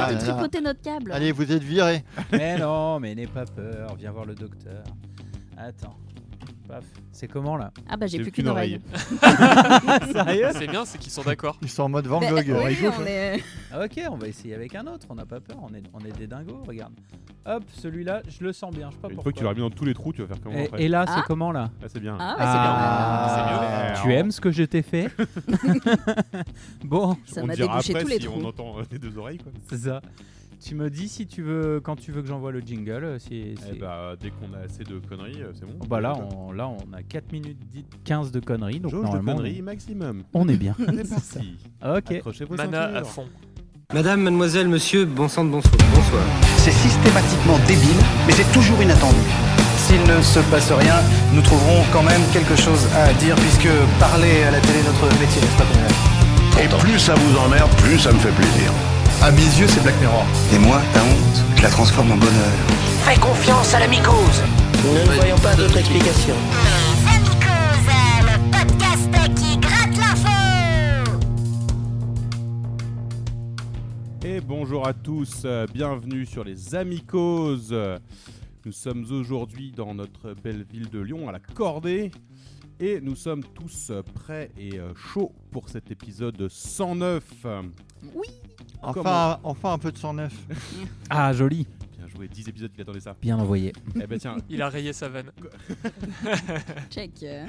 là de là. tripoter notre câble. Allez, vous êtes virés. Mais non, mais n'aie pas peur, viens voir le docteur. Attends. Paf. C'est comment là Ah bah j'ai plus qu'une oreille. Sérieux C'est bien, c'est qu'ils sont d'accord. Ils sont en mode Van Bah, Gogh. oui, Oreille gauche. on est... Ah, Ok, on va essayer avec un autre, on n'a pas peur, on est, on est des dingos, regarde. Hop, celui-là, je le sens bien, je sais pas Une fois pourquoi. que tu l'auras mis dans tous les trous, tu vas faire comment et, après et là, c'est Ah. comment là Là, c'est bien. Ah, Ah, c'est mieux. Tu aimes ce que je t'ai fait Bon, c'est bien. Ça on m'a dira débouché après tous les si trous. on entend euh, les deux oreilles. Quoi. c'est ça. Tu me dis si tu veux, quand tu veux que j'envoie le jingle. euh, Si, Eh si- bah, dès qu'on a assez de conneries, euh, c'est bon. Bah là, on, là, on a 4 minutes 10, 15 de conneries, donc Jauge de normalement, conneries maximum. on est bien. C'est parti. Ok. Accrochez vos Mana à ceintures. fond. Madame, mademoiselle, monsieur, bon sang de bonsoir. Bonsoir. C'est systématiquement débile, mais c'est toujours inattendu. S'il ne se passe rien, nous trouverons quand même quelque chose à dire, puisque parler à la télé est notre métier, n'est-ce pas Conrad Et plus ça vous emmerde, plus ça me fait plaisir. À mes yeux, c'est Black Mirror. Et moi, ta honte, je la transforme en bonheur. Fais confiance à la mycose. Ne voyons pas d'autre explication. Les Amicos, le podcast qui gratte l'info. Et bonjour à tous, euh, bienvenue sur les Amicoses. Nous sommes aujourd'hui dans notre belle ville de Lyon, à la Cordée. Et nous sommes tous euh, prêts et euh, chauds pour cet épisode 109. Enfin, enfin un peu de 109. Ah, joli. Bien joué, 10 épisodes qu'il attendait ça. Bien envoyé. eh ben tiens, Il a rayé sa vanne. Check. euh.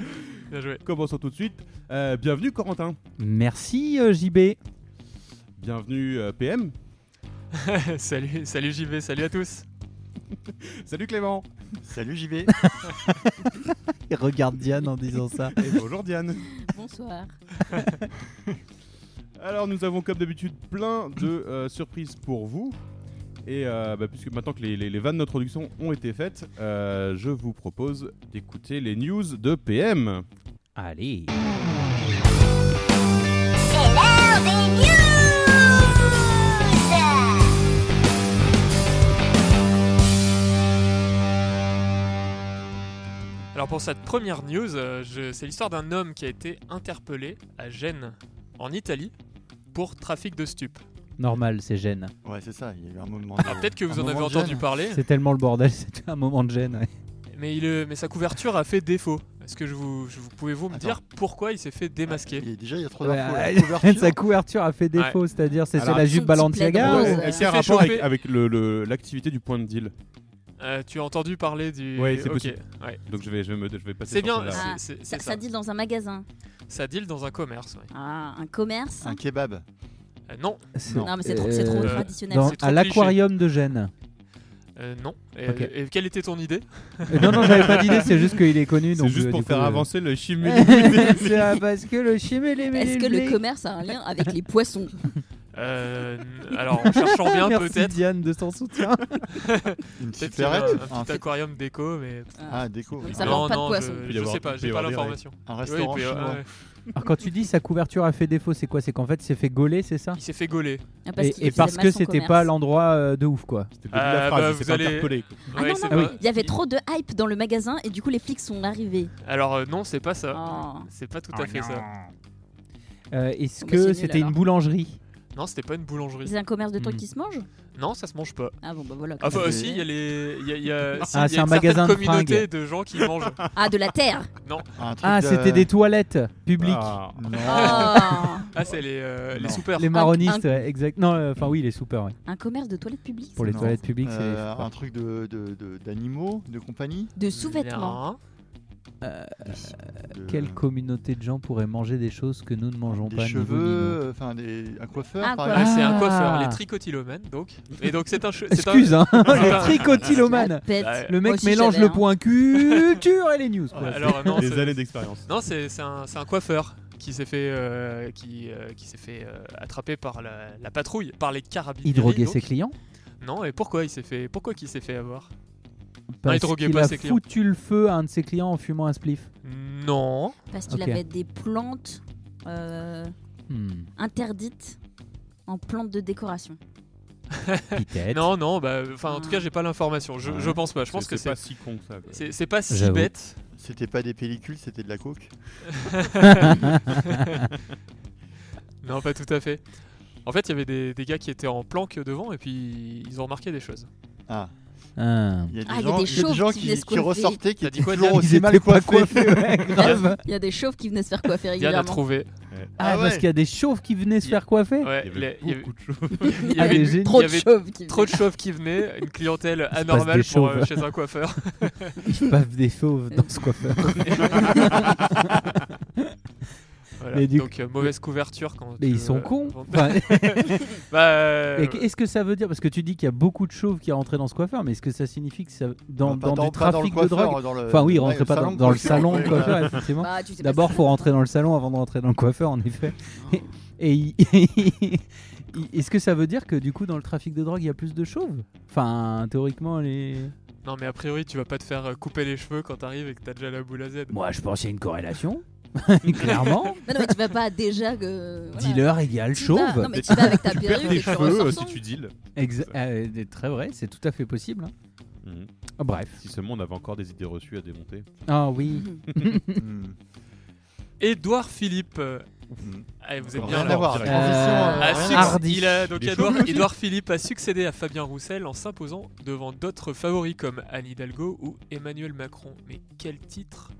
Bien joué. commençons tout de suite. Euh, bienvenue Corentin, Merci, euh, JB. bienvenue euh, PM, salut, salut JV, salut à tous. salut Clément, Salut JB. Et regarde Diane en disant ça. et bonjour Diane. Bonsoir. Alors nous avons comme d'habitude plein de euh, surprises pour vous. Et euh, bah, puisque maintenant que les, les, les vannes d'introduction ont été faites, euh, je vous propose d'écouter les news de PM. Allez. C'est l'heure des news. Alors pour cette première news, euh, je- c'est l'histoire d'un homme qui a été interpellé à Gênes, en Italie, pour trafic de stupes. Normal, c'est gêne. Ouais, c'est ça. Il y a eu un moment. Alors peut-être que vous un en avez moment de entendu gêne. parler, C'est tellement le bordel, c'est un moment de gêne. ouais. mais, il, euh, mais sa couverture a fait défaut. Est-ce que je vous, je vous- pouvez-vous me Attends. Ah, dire pourquoi il s'est fait démasquer Il- Déjà, il y a trop Ouais, d'infos. ouais, La couverture. Sa couverture a fait défaut, c'est-à-dire c'est c'est Alors, la son jupe petit Balenciaga. plaid ou- rose. Est-ce euh, qu'il y a un Il s'est rapport avec, chopé. avec le- le- l'activité du point de deal Euh, Tu as entendu parler du... Ouais, c'est Ok, possible. ouais. Donc je vais, je vais, me, je vais passer C'est sur bien, celle-là. Ah, c'est- c'est- Ça, c'est ça ça. deal dans un magasin. Ça deal dans un commerce. ouais. Ah, un commerce. Un kebab. Euh, non, C'est- Non, mais c'est trop, c'est trop euh, traditionnel. dans- c'est trop à l'aquarium de Gênes. euh, non. Et, Ok. et quelle était ton idée Euh, non, non, j'avais pas d'idée, c'est juste qu'il est connu. C'est donc, juste euh, pour du coup, faire euh, avancer le chimie. c'est ah, parce que le chimé les Est-ce que le commerce a un lien avec les poissons Euh, n- Alors en cherchant bien Merci peut-être. Diane de son soutien. Une Peut-être petite qu'il y a perrette. un, un petit aquarium déco, mais Ah, déco. Ça Un- va. vend pas de non, poisson. Il Je, peut y je avoir- sais il pas, peut y j'ai pas avoir des l'information. Un Ouais, il restaurant peut y avoir- chinois. euh, ouais. Alors, quand tu dis sa couverture a fait défaut, c'est quoi C'est qu'en fait, s'est fait gauler, c'est ça Il s'est fait gauler. Ah, Et, qu'il et faisait parce mal que son c'était commerce. pas l'endroit euh, de ouf, quoi. C'était depuis la Euh, phrase, bah, c'est vous pas allez- interpellé, quoi. Ah Ouais, non, c'est non, pas- il y avait trop de hype dans le magasin et du coup les flics sont arrivés. Alors euh, non, c'est pas ça. Oh. C'est pas tout Ah à fait ça. Euh, Est-ce Bon, bah, c'est que nul, c'était une alors. boulangerie Non, c'était pas une boulangerie. C'est un commerce de trucs Hmm. qui se mangent Non, ça se mange pas. Ah bon, bah voilà. Enfin, comme ça. aussi, il y a les. Il y a, il y a- si, Ah, il y c'est a un une magasin certaine de communauté fringues. de gens qui mangent. Ah, de la terre Un truc Ah, de- c'était des toilettes publiques. Ah. Oh. Ah, c'est les, euh, les Non. soupers. Les Un- marronistes, ouais, exact. Non, euh, enfin oui, les soupers, ouais. Un commerce de toilettes publiques Pour les Non. toilettes publiques, c'est. Euh, un truc de de- de- d'animaux, de, compagnie. De sous-vêtements. Non. de- Euh, Quelle communauté de gens pourrait manger des choses que nous ne mangeons Des pas niveau cheveux, euh, enfin des un coiffeur Ah, par quoi. Ah, exemple. c'est un Ah. coiffeur, les tricotylomanes donc. Et donc c'est un. che- c'est un- Excuse, hein, C'est le un- tricotilomane. Ah, Le mec Moi aussi, mélange j'avais, le hein. point culture et les news, quoi. Alors, euh, non, Des c'est- années d'expérience. Non, c'est c'est un, c'est un coiffeur qui s'est fait, euh, qui, euh, qui s'est fait euh, attraper par la, la patrouille, par les carabiniers. Il droguait donc. ses clients Non, et pourquoi il s'est fait, pourquoi qu'il s'est fait avoir Parce il droguait qu'il pas a ses clients. foutu le feu à un de ses clients en fumant un spliff. Non. Parce qu'il Ok. avait des plantes euh, Hmm, interdites en plantes de décoration. Peut-être. Non, non, bah, enfin, en tout cas, j'ai pas l'information. Je, je pense pas. Je pense que c'est. pas si con que ça. quoi. C'est c'est pas si J'avoue. bête. C'était pas des pellicules, c'était de la coke. Non, pas tout à fait. En fait, il y avait des, des gars qui étaient en planque devant et puis ils ont remarqué des choses. Ah, Ah. il y a des Ah, il y a gens, des il y a des chauves gens qui qui, venaient se qui coiffer. ressortaient, qui T'as dit étaient quoi, toujours Diane aussi Ils étaient mal pas coiffés. coiffés, ouais, grave. Il y a des chauves qui venaient se faire coiffer Diane a régulièrement. trouvé. Ah, Ah parce ouais. qu'il y a des chauves qui venaient se faire coiffer Ouais, Il y les- avait il y avait- beaucoup de choses. il y Ah, avait- des il génies. y Trop de avait chauves qui trop venaient. de chauves qui venaient, une clientèle passe des anormale pour, euh, chauves. chez un coiffeur. Ils bavent des chauves dans ce coiffeur. Voilà, Mais du Donc euh, mauvaise couverture quand. Mais tu ils veux, sont euh, cons. vendre- Enfin, Bah, euh, Et qu- Est-ce que ça veut dire parce que tu dis qu'il y a beaucoup de chauves qui rentraient dans ce coiffeur, mais est-ce que ça signifie que ça dans, dans, du pas dans le trafic de coiffeur, drogue dans le- Enfin oui, ouais, rentrer pas dans, de dans le coiffeur, salon ouais, de voilà. coiffeur effectivement. Bah, tu sais pas D'abord, ce que faut rentrer dans le salon avant de rentrer dans le coiffeur, en effet. Et- Et il- il- est-ce que ça veut dire que du coup, dans le trafic de drogue, il y a plus de chauves Enfin, théoriquement, les. Non, mais a priori, tu vas pas te faire euh, couper les cheveux quand t'arrives et que t'as déjà la boule à Z. Moi, je pense qu'il y a une corrélation. Clairement, c'est. Mais non, mais tu vas pas déjà que. voilà. dealer égale Tu vas- chauve. Non, mais tu vas avec ta Tu perds perruque tes et tu ressors cheveux euh, sans. si tu deals. Exa- euh, très vrai, c'est tout à fait possible. hein. Mhm. Ah, Bref. Si seulement on avait encore des idées reçues à démonter. Ah oui. Hmm. Édouard Philippe. euh, Mhm. allez, vous êtes Rien bien à là. voir. direct. Euh, Ah, Rien succ- à Sucre. Hardy. il a, donc Des Edouard, choses. Edouard Philippe a succédé à Fabien Roussel en s'imposant devant d'autres favoris comme Anne Hidalgo ou Emmanuel Macron. Mais quel titre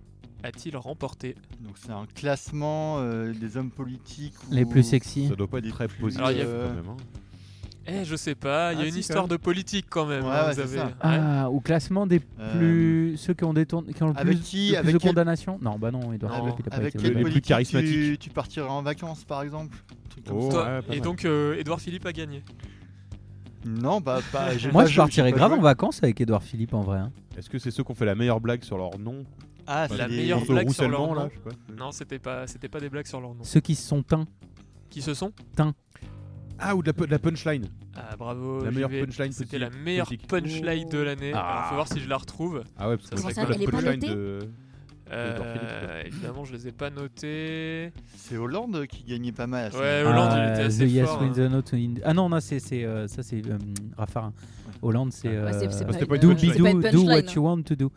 a-t-il remporté Donc c'est un classement euh, des hommes politiques ou- Les plus sexy. Ça doit pas être Des très plus, positif Alors, il y a- quand même. hein. Eh, je sais pas, il y a Ah, une si, histoire quand de politique quand même. Ouais, hein, ouais, vous c'est avez- ça. Ouais. Ah, ou classement des euh, plus. ceux qui ont, détourné, qui ont le plus, Avec qui- le plus avec de quel- condamnations Non, bah non, Edouard Non. Philippe, il a pas Avec été quel Les condamné. plus politique tu- charismatiques. Tu, partirais en vacances par exemple Un truc comme Oh, ça. Toi- ouais, pas et mal. donc, euh, Édouard Philippe a gagné. Non, bah pas. j'ai Moi, pas je joué, partirais j'ai pas grave en joué. vacances avec Edouard Philippe en vrai. hein. Est-ce que c'est ceux qui ont fait la meilleure blague sur leur nom Ah, c'est La les- meilleure Sur ce blague sur leur roussellement, nom. là, je sais pas. Non, c'était pas, c'était pas des blagues sur leur nom. Ceux qui se sont teints. Qui se sont Ah, ou de la, pu- de la punchline. Ah, bravo. La j'y meilleure vais. punchline C'était politique- la meilleure politique. punchline de l'année. Ah. Alors, faut voir si je la retrouve. Ah ouais, parce que Comment c'est ça, quoi la elle est pas punchline notée de. Édouard Philippe, Euh, évidemment, je les ai pas notés. c'est Hollande qui gagnait pas mal. à ce Ouais, moment-là. Euh, Hollande, Ah, il était assez the yes fort, wins hein. the no to Ind- Ah non, non c'est, c'est, euh, ça c'est euh, Raffarin. Hollande, c'est. Ouais, Ah, bah, c'est- c'est euh, pas c'était pas une- une do, punchline. be c'est pas une do, do what punchline. you want to do.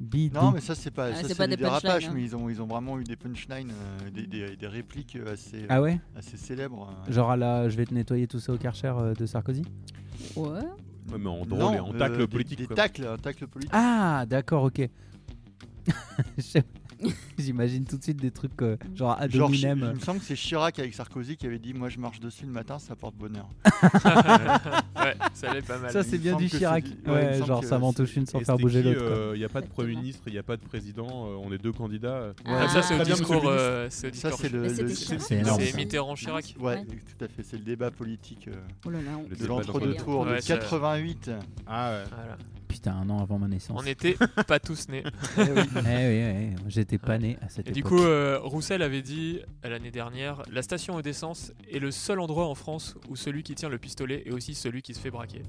Be Non, do. mais ça, c'est pas, Ah, ça, c'est c'est pas des des punchlines, dérapages, hein. mais ils ont, ils ont vraiment eu des punchlines, euh, des, des- des répliques euh, assez, euh, Ah ouais assez célèbres. euh. Genre à la, je vais te nettoyer tout ça au Karcher euh, de Sarkozy hein. Ouais. Ouais, mais en drôle Non, et en euh, tacle des- politique. Des quoi. tacles, un tacle politique. Ah, d'accord, ok. Je sais pas. J'imagine tout de suite des trucs euh, genre ad Genre, je- hominem. il me semble que c'est Chirac avec Sarkozy qui avait dit Moi je marche dessus le matin, ça porte bonheur. ouais, ça allait pas mal. Ça, il c'est me bien semble du que c'est Chirac. du- ouais, il Ouais, me semble genre, que ça m'en c'est- touche une sans Et faire c'était bouger qui, l'autre. quoi. euh, Il n'y a pas de Premier Exactement. ministre, il n'y a pas de président, euh, on est deux candidats. euh. Ah, ça, c'est au Très bien, discours. monsieur le euh, c'est au Ça, discours c'est le. Mais le- c'était c'est- Chirac c'est c'est- énorme. C'est Mitterrand-Chirac. Ouais, tout à fait, c'est le débat politique euh, Oh là là. on- Le de débat l'entre-deux d'entre-deux. tours Ouais, de ça- 88. Ah ouais. Voilà. Putain, un an avant ma naissance. On n'était pas tous nés. Eh oui. Eh oui, oui, oui, j'étais pas né à cette Et époque. du coup, euh, Roussel avait dit euh, l'année dernière La station aux d'essence est le seul endroit en France où celui qui tient le pistolet est aussi celui qui se fait braquer.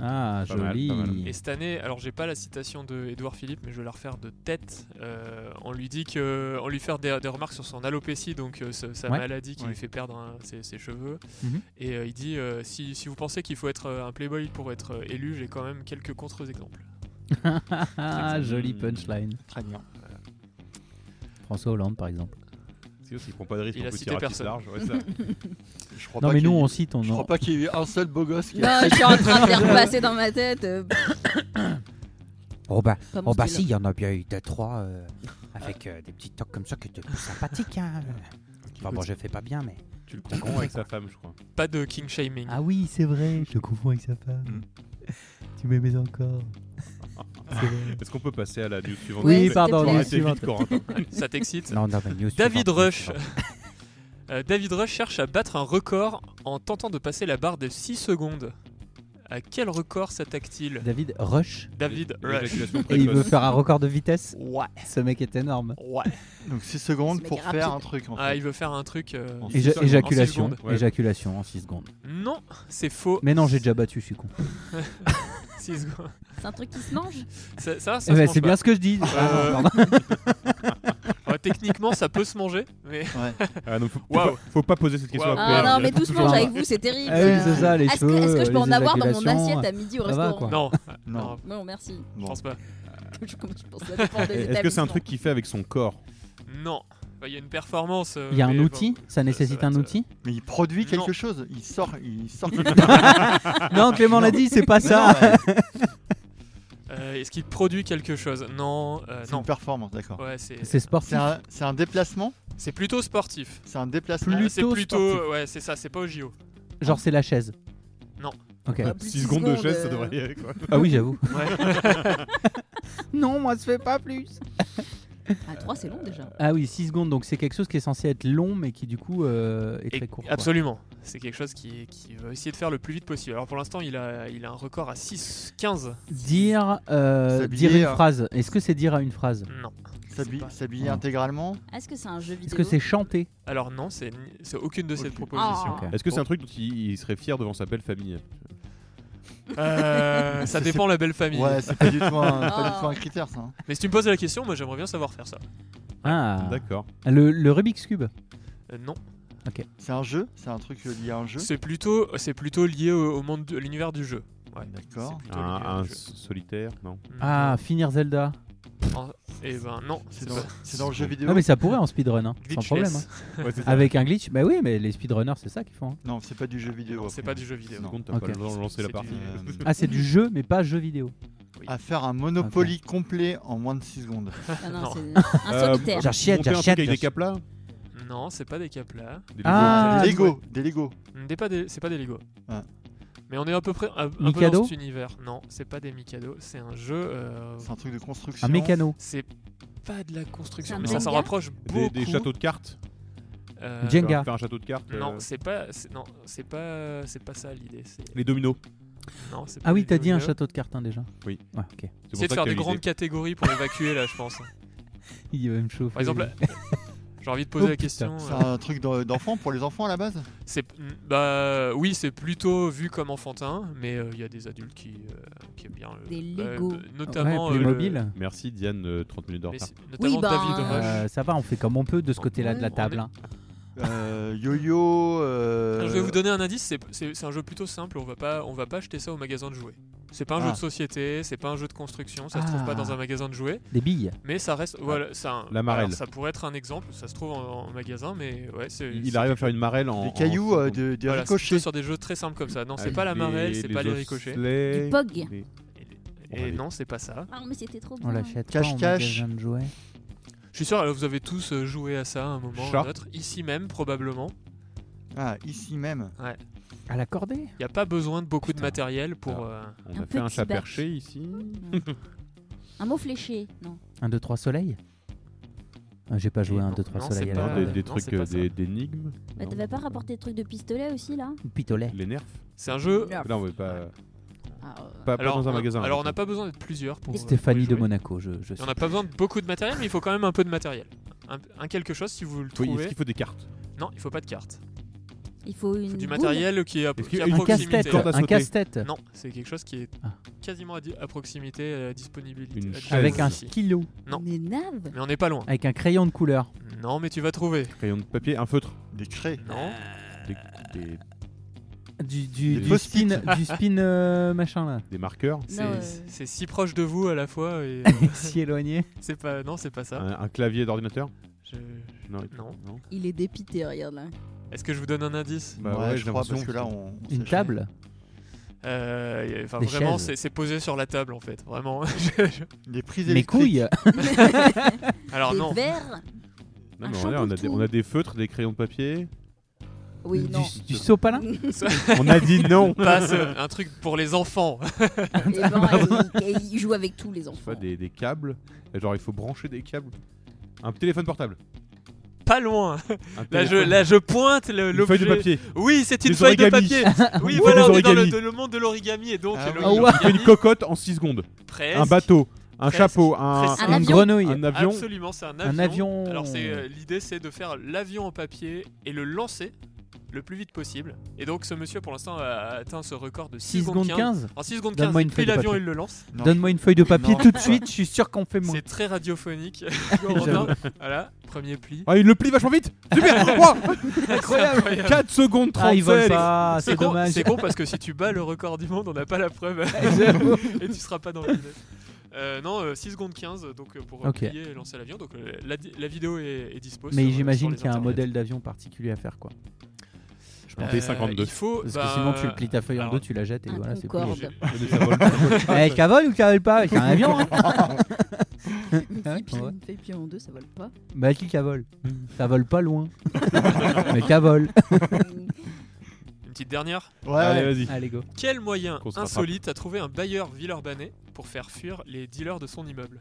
ah, Pas mal, joli. pas mal. Et cette année, alors j'ai pas la citation de Édouard Philippe, mais je vais la refaire de tête. Euh, on lui dit que, on lui fait des, des remarques sur son alopécie, donc euh, ce- sa Ouais. maladie qui Ouais. lui fait perdre un- ses, ses cheveux. Mhm. Et euh, il dit euh, si, si vous pensez qu'il faut être euh, un playboy pour être euh, élu, j'ai quand même quelques contre-exemples. Ah, joli punchline. Très bien. François Hollande, par exemple. C'est aussi, il prend pas de risque, Il en a plus, cité il ratisse personne. large. ouais, ça. Je crois Non, pas mais qu'il nous, y ait- on cite, on Je crois en. pas qu'il y ait eu un seul beau gosse qui Non, a- je suis en train de les repasser dans ma tête. euh, Oh bah, pas mon oh bah si, style. il y en a bien eu deux, trois, euh, avec Ah. euh, des petits tocs comme ça qui étaient plus sympathiques. Hein. Enfin bon, je fais pas bien, mais... Tu le comprends avec sa femme, je crois. Pas de king shaming. Ah oui, c'est vrai, je le confonds avec sa femme. Mm. tu m'aimais encore. C'est vrai. Est-ce qu'on peut passer à la news suivante Oui, s'il vous Oui, plaît pardon, Faut plaît. oui, arrêter suivante. vite, Corentin. Ça t'excite Non, non, mais news David suivante, news Rush. suivante. Euh, David Rush cherche à battre un record en tentant de passer la barre des 6 secondes. À quel record s'attaque-t-il David Rush. David Rush. Éjaculation Et il précoce. veut faire un record de vitesse. Ouais. Ce mec est énorme. Ouais. Donc 6 secondes Ce mec pour est faire rapide. un truc en Ah, fait. il veut faire un truc. euh, En six Éja- secondes. éjaculation, En six secondes, ouais. éjaculation en 6 secondes. Eh Non, c'est faux. Mais non, j'ai déjà battu, je suis con. Six secondes. C'est un truc qui se mange Ça, ça, Eh ça se ben, mange c'est pas. bien ce que je dis. Euh, Ah, pardon. Ouais, techniquement, ça peut se manger, mais Ah, non, faut, faut Waouh. pas- faut pas poser cette question Waouh. après. Ah hein, non, il mais répond tout se toujours toujours mange à- avec vous, c'est terrible. Ah oui, c'est Euh, ça, les Est-ce que, cheveux. est-ce que je peux les en avoir dans mon éjaculations. assiette à midi au Ça va, restaurant quoi. non. Non. Non, merci. je Bon. pense pas. Je pense que ça dépend des Est-ce que c'est un établissements. truc qu'il fait avec son corps Non, Enfin, Il y a une performance. euh, Il y a un mais outil bon, Ça nécessite va un être, euh, outil Mais il produit Non. quelque chose. Il sort. Il sort Ah, Non, Clément l'a dit, c'est pas Mais ça. non, ouais. Euh, Est-ce qu'il produit quelque chose Non. euh, C'est non. une performance, d'accord. Ouais, c'est. C'est sportif. C'est un, c'est un déplacement C'est plutôt sportif. C'est un déplacement Euh, c'est Plutôt plutôt. sportif. Ouais, c'est ça. C'est pas au JO. Genre, c'est la chaise. Non. Ok. Bah, plus de 6 secondes de chaise, ça euh, devrait y aller quoi. Ah oui, j'avoue. Non, moi, je fais pas plus. À 3, c'est long déjà. Ah oui, 6 secondes, donc c'est quelque chose qui est censé être long, mais qui du coup euh, est Et- très court. quoi. absolument. C'est quelque chose qui, qui va essayer de faire le plus vite possible. Alors pour l'instant, il a, il a un record à 6-15. Dire, euh, S'habiller, dire une euh, phrase. Est-ce que c'est dire à une phrase Non. S'habiller pas- s'habiller Non. intégralement Est-ce que c'est un jeu vidéo Est-ce que c'est chanter Alors non, c'est ni- c'est aucune de Oh. ces propositions. Ah. Est-ce que c'est un truc dont il, il serait fier devant sa belle famille Euh, ça C'est- dépend la belle famille. Ouais, c'est pas, du tout un- Oh. pas du tout un critère ça. hein. Mais si tu me poses la question, moi j'aimerais bien savoir faire ça. Ah, D'accord. le, le Rubik's Cube. Euh, non. C'est un jeu C'est un truc lié à un jeu C'est plutôt, c'est plutôt lié au, au monde, de- à l'univers du jeu. Ouais. D'accord. C'est plutôt Un, lié au un jeu. s- solitaire Non. Non. Ah, finir Zelda. Et ben non. C'est c'est dans, pas- c'est dans le jeu vidéo Non, Ah, mais ça pourrait en speedrun, hein, sans Glitchless. problème. hein. Ouais, c'est ça. Avec un glitch Bah oui, mais les speedrunners, c'est ça qu'ils font. hein. Non, c'est pas du jeu vidéo. Ah, C'est après. pas du jeu vidéo. Seconde, t'as Ok. pas lan- lancé la C'est partie. du- Euh, Ah, c'est du jeu, mais pas jeu vidéo. à faire un Monopoly complet en moins de 6 secondes. Ah non, Non. c'est un Euh, solitaire. J'achète, Monter un truc j'achète. avec des j'achète. caplas Non, c'est pas des caplas. Des Ah, des Lego, des Lego. Des pas des- c'est pas des Lego. Ah. Mais on est à peu près un, un peu Mikado dans cet univers. Non, c'est pas des Mikado. C'est un jeu. euh, C'est un truc de construction. Un mécano. c'est pas de la construction, C'est un mais ça s'en manga rapproche Lego, beaucoup. des, des châteaux de cartes Euh, Jenga. Faire un château de cartes euh, Non, c'est pas, c'est- non, c'est pas, c'est pas ça l'idée. c'est- Les dominos. Non, c'est pas Ah oui, les t'as dit un dominos. château de cartes hein, déjà. Oui. Ouais, ok. C'est Essayez pour de ça faire que des t'as grandes lisé. catégories pour évacuer là, je pense. Il va me chauffer. Par exemple, j'ai envie de poser Oh, la putain. question. C'est euh, un truc d'en- d'enfant pour les enfants à la base c'est bah oui, c'est plutôt vu comme enfantin, mais euh, il y a des adultes qui euh, qui aiment bien. euh, Des bah, Lego. euh, notamment ouais, euh, le- Playmobil. Merci Diane, euh, 30 minutes de mais retard. c'est- notamment Oui, bah, David euh, Rush. Euh, ça va, on fait comme on peut de ce côté-là de la On table. est- hein. Euh, Yo-yo. euh, Je vais vous donner un indice. C'est, c'est- c'est un jeu plutôt simple. On va pas on va pas acheter ça au magasin de jouets. C'est pas un jeu Ah. de société, c'est pas un jeu de construction, ça se trouve Ah. pas dans un magasin de jouets, Des billes. mais ça reste voilà, c'est un- La marelle. alors, ça pourrait être un exemple, ça se trouve en, en magasin, mais ouais, c'est, Il, il c'est- arrive à faire une marelle en. Des cailloux, en- euh, de, des voilà, c'est ricochets. plutôt sur des jeux très simples comme ça. Non, c'est pas la Avec marelle, c'est pas les osselets. ricochets. Du POG. Et allez. non, c'est pas ça. Ah, mais c'était trop bien. On l'achète. pas au Cache-cache. magasin de jouets. Je suis sûr, alors, vous avez tous euh, joué à ça à un moment ou Chat. un autre, ici même probablement. Ah, ici même. À la cordée Il n'y a pas besoin de beaucoup de matériel pour... euh, On Un a fait un petit chat bac. perché ici. Un mot fléché, non. 1, 2, 3 soleil Ah, J'ai pas joué Et à 1, non, 2, 3 non, soleil c'est à pas- la Non, Euh, des, cordée. des non, trucs c'est pas euh, ça. des- d'énigmes. Bah, Non. T'avais pas rapporté des trucs de pistolet aussi là Pitolet. Les nerfs C'est un jeu... Là, on veut pas. Ah, euh, Pas, pas alors, dans un on- magasin. Alors on hein. n'a pas besoin d'être plusieurs pour... euh, Stéphanie pour y de jouer. Monaco, je, je Et sais. on n'a pas besoin de beaucoup de matériel, mais il faut quand même un peu de matériel. Un, un quelque chose si vous le Oui, trouvez. est-ce qu'il faut des cartes Non, il faut pas de carte. Il faut une. Il faut du boule. matériel qui est à, Est-ce qui qu'il y est à a Un une proximité. casse-tête. Corde à Un sauter. casse-tête. Non, c'est quelque chose qui est Ah. quasiment à, di- à proximité, euh, disponibilité. Une à chaise. Avec un disponibilité. stylo. Non. Des naves Mais on n'est pas loin. Avec un crayon de couleur. Non, mais tu vas trouver. Crayon de papier, un feutre. Des craies. Non. Des, des- Du, du, Des du post-it. spin, du spin euh, machin là. des marqueurs. C'est euh, c'est si proche de vous à la fois et euh, Si éloigné. c'est pas non c'est pas ça. Un, un clavier d'ordinateur Je- Non. Non. non. Il est dépité, regarde là. Est-ce que je vous donne un indice Bah ouais, ouais, j'ai je crois parce l'impression que là on. on Une s'échappe. table. Euh, y a- Enfin Des vraiment chaises. c'est c'est posé sur la table en fait vraiment. Je- je- Des prises Mes électriques. couilles. Alors des Ah, non. verres Non, Un mais on, a, on a des, shampoing. on a des feutres, des crayons de papier. Oui, non. Du, du sopalin. on a dit non Pas ce- un truc pour les enfants. Et ben, et- et il joue avec tous les Je sais enfants. pas, des, des câbles. Et Genre, il faut brancher des câbles. Un téléphone portable. Pas loin. Un Là je, téléphone. là, je pointe le- Une feuille de l'objet. papier. Oui, c'est une Des feuille de origamis. papier. Oui, Une voilà, feuille on est dans le, d'origami. de- le monde de l'origami et donc Ah le- ouais. l'origami, Ah ouais. Il fait une cocotte en 6 secondes. presque, Un bateau. Un Presque. chapeau. Un, Presque. Un Une Une avion grenouille. un avion. Absolument, c'est un avion. Un avion. Alors c'est euh, l'idée, c'est de faire l'avion en papier et le lancer le plus vite possible. Et donc ce monsieur, pour l'instant, a atteint ce record de 6 6 secondes 15. En 6 secondes Donne-moi 15, une il plie feuille de l'avion, papier. il le lance. Non. Donne-moi une feuille de papier Non, tout de c'est suite, je suis sûr qu'on fait moins. C'est très radiophonique. euh, J'avoue. voilà, premier pli. Ah, il le plie vachement vite Super Incroyable. 4 secondes 37 Ah, ils volent pas, c'est con, dommage. C'est con parce que si tu bats le record du monde, on n'a pas la preuve J'avoue. et tu seras pas dans le dîner. Euh, non, euh, 6 secondes 15, donc euh, pour Ok. plier et lancer l'avion. Donc euh, la, di- la vidéo est, est dispo. sur- euh, Mais sur j'imagine les qu'il y a un internets. modèle d'avion particulier à faire, quoi. Je pense. Euh, il faut- Parce bah, que sinon, tu le plies ta feuille en alors- deux, tu la jettes et voilà, c'est plus. Concorde. Et ça vole pas. Eh, cavole ou cavole pas Avec un avion hein Une Ouais, fille pliée- Ah, ouais. une feuille pliée en deux, ça vole pas. Bah, qui cavole Ça vole pas loin. Mais cavole Une petite dernière Ouais, Allez, ouais. vas-y. Allez, go. Quel moyen Qu'on se rattrape. insolite a trouvé un bailleur Villeurbanais pour faire fuir les dealers de son immeuble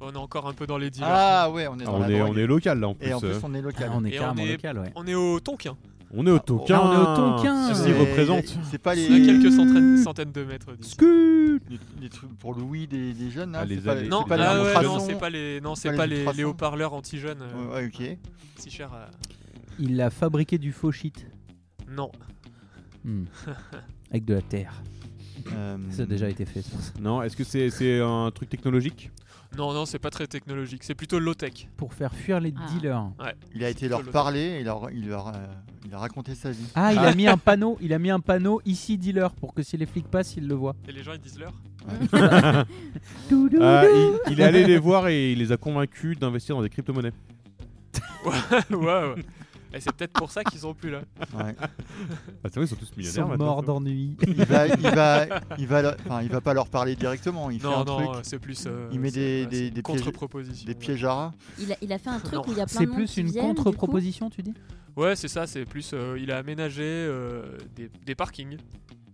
On est encore un peu dans les dealers. Ah ouais, on est dans Ah, on la est- drogue. on est local, là, en Et plus, en plus, euh. on est local. Ah, on est Et carrément on est, local, ouais. on est au Tonkin. On est au Tonkin. Ah, on est au Tonkin. Ceci C'est- représente. C'est pas les. À quelques centaines, centaines de mètres. d'ici. Les, les trucs pour Louis des, des jeunes, là. Ah, les c'est pas, allées- c'est Non, pas les ah ouais, infiltrations, non, c'est pas les, non, c'est pas les, les haut-parleurs anti-jeunes. euh, Ouais, ouais, ok. Si cher euh, à- Il a fabriqué du faux shit. Non. Hmm. Avec de la terre. Mm. Ça Euh, a déjà été fait, c'est pour ça. Non, est-ce que c'est c'est un truc technologique Non, non, c'est pas très technologique. C'est plutôt low-tech. Pour faire fuir les Ah. dealers. Ouais. Il a été leur parler et leur, il, leur, euh, il a raconté sa vie. Ah, il a mis un panneau, il a mis un panneau ici dealer pour que si les flics passent, ils le voient. Et les gens, ils disent leur Ah, il, il est allé les voir et il les a convaincus d'investir dans des crypto-monnaies. Ouais, ouais, ouais. Et c'est peut-être pour ça qu'ils sont plus là. Ah, c'est vrai, ils sont tous millionnaires. maintenant. morts d'ennui. Il va, il va, il va, leur- enfin, il va pas leur parler directement. Il fait Non, un non, truc. euh, c'est plus, euh, il met c'est- des, ouais, des, c'est une des pièges, contre-proposition, des ouais. pièges à rats. Il a, il a fait un truc Non. où il y a plein C'est de monde plus qui une viennent, du coup. contre-proposition, tu dis Ouais, c'est ça, c'est plus. euh, il a aménagé euh, des, des parkings.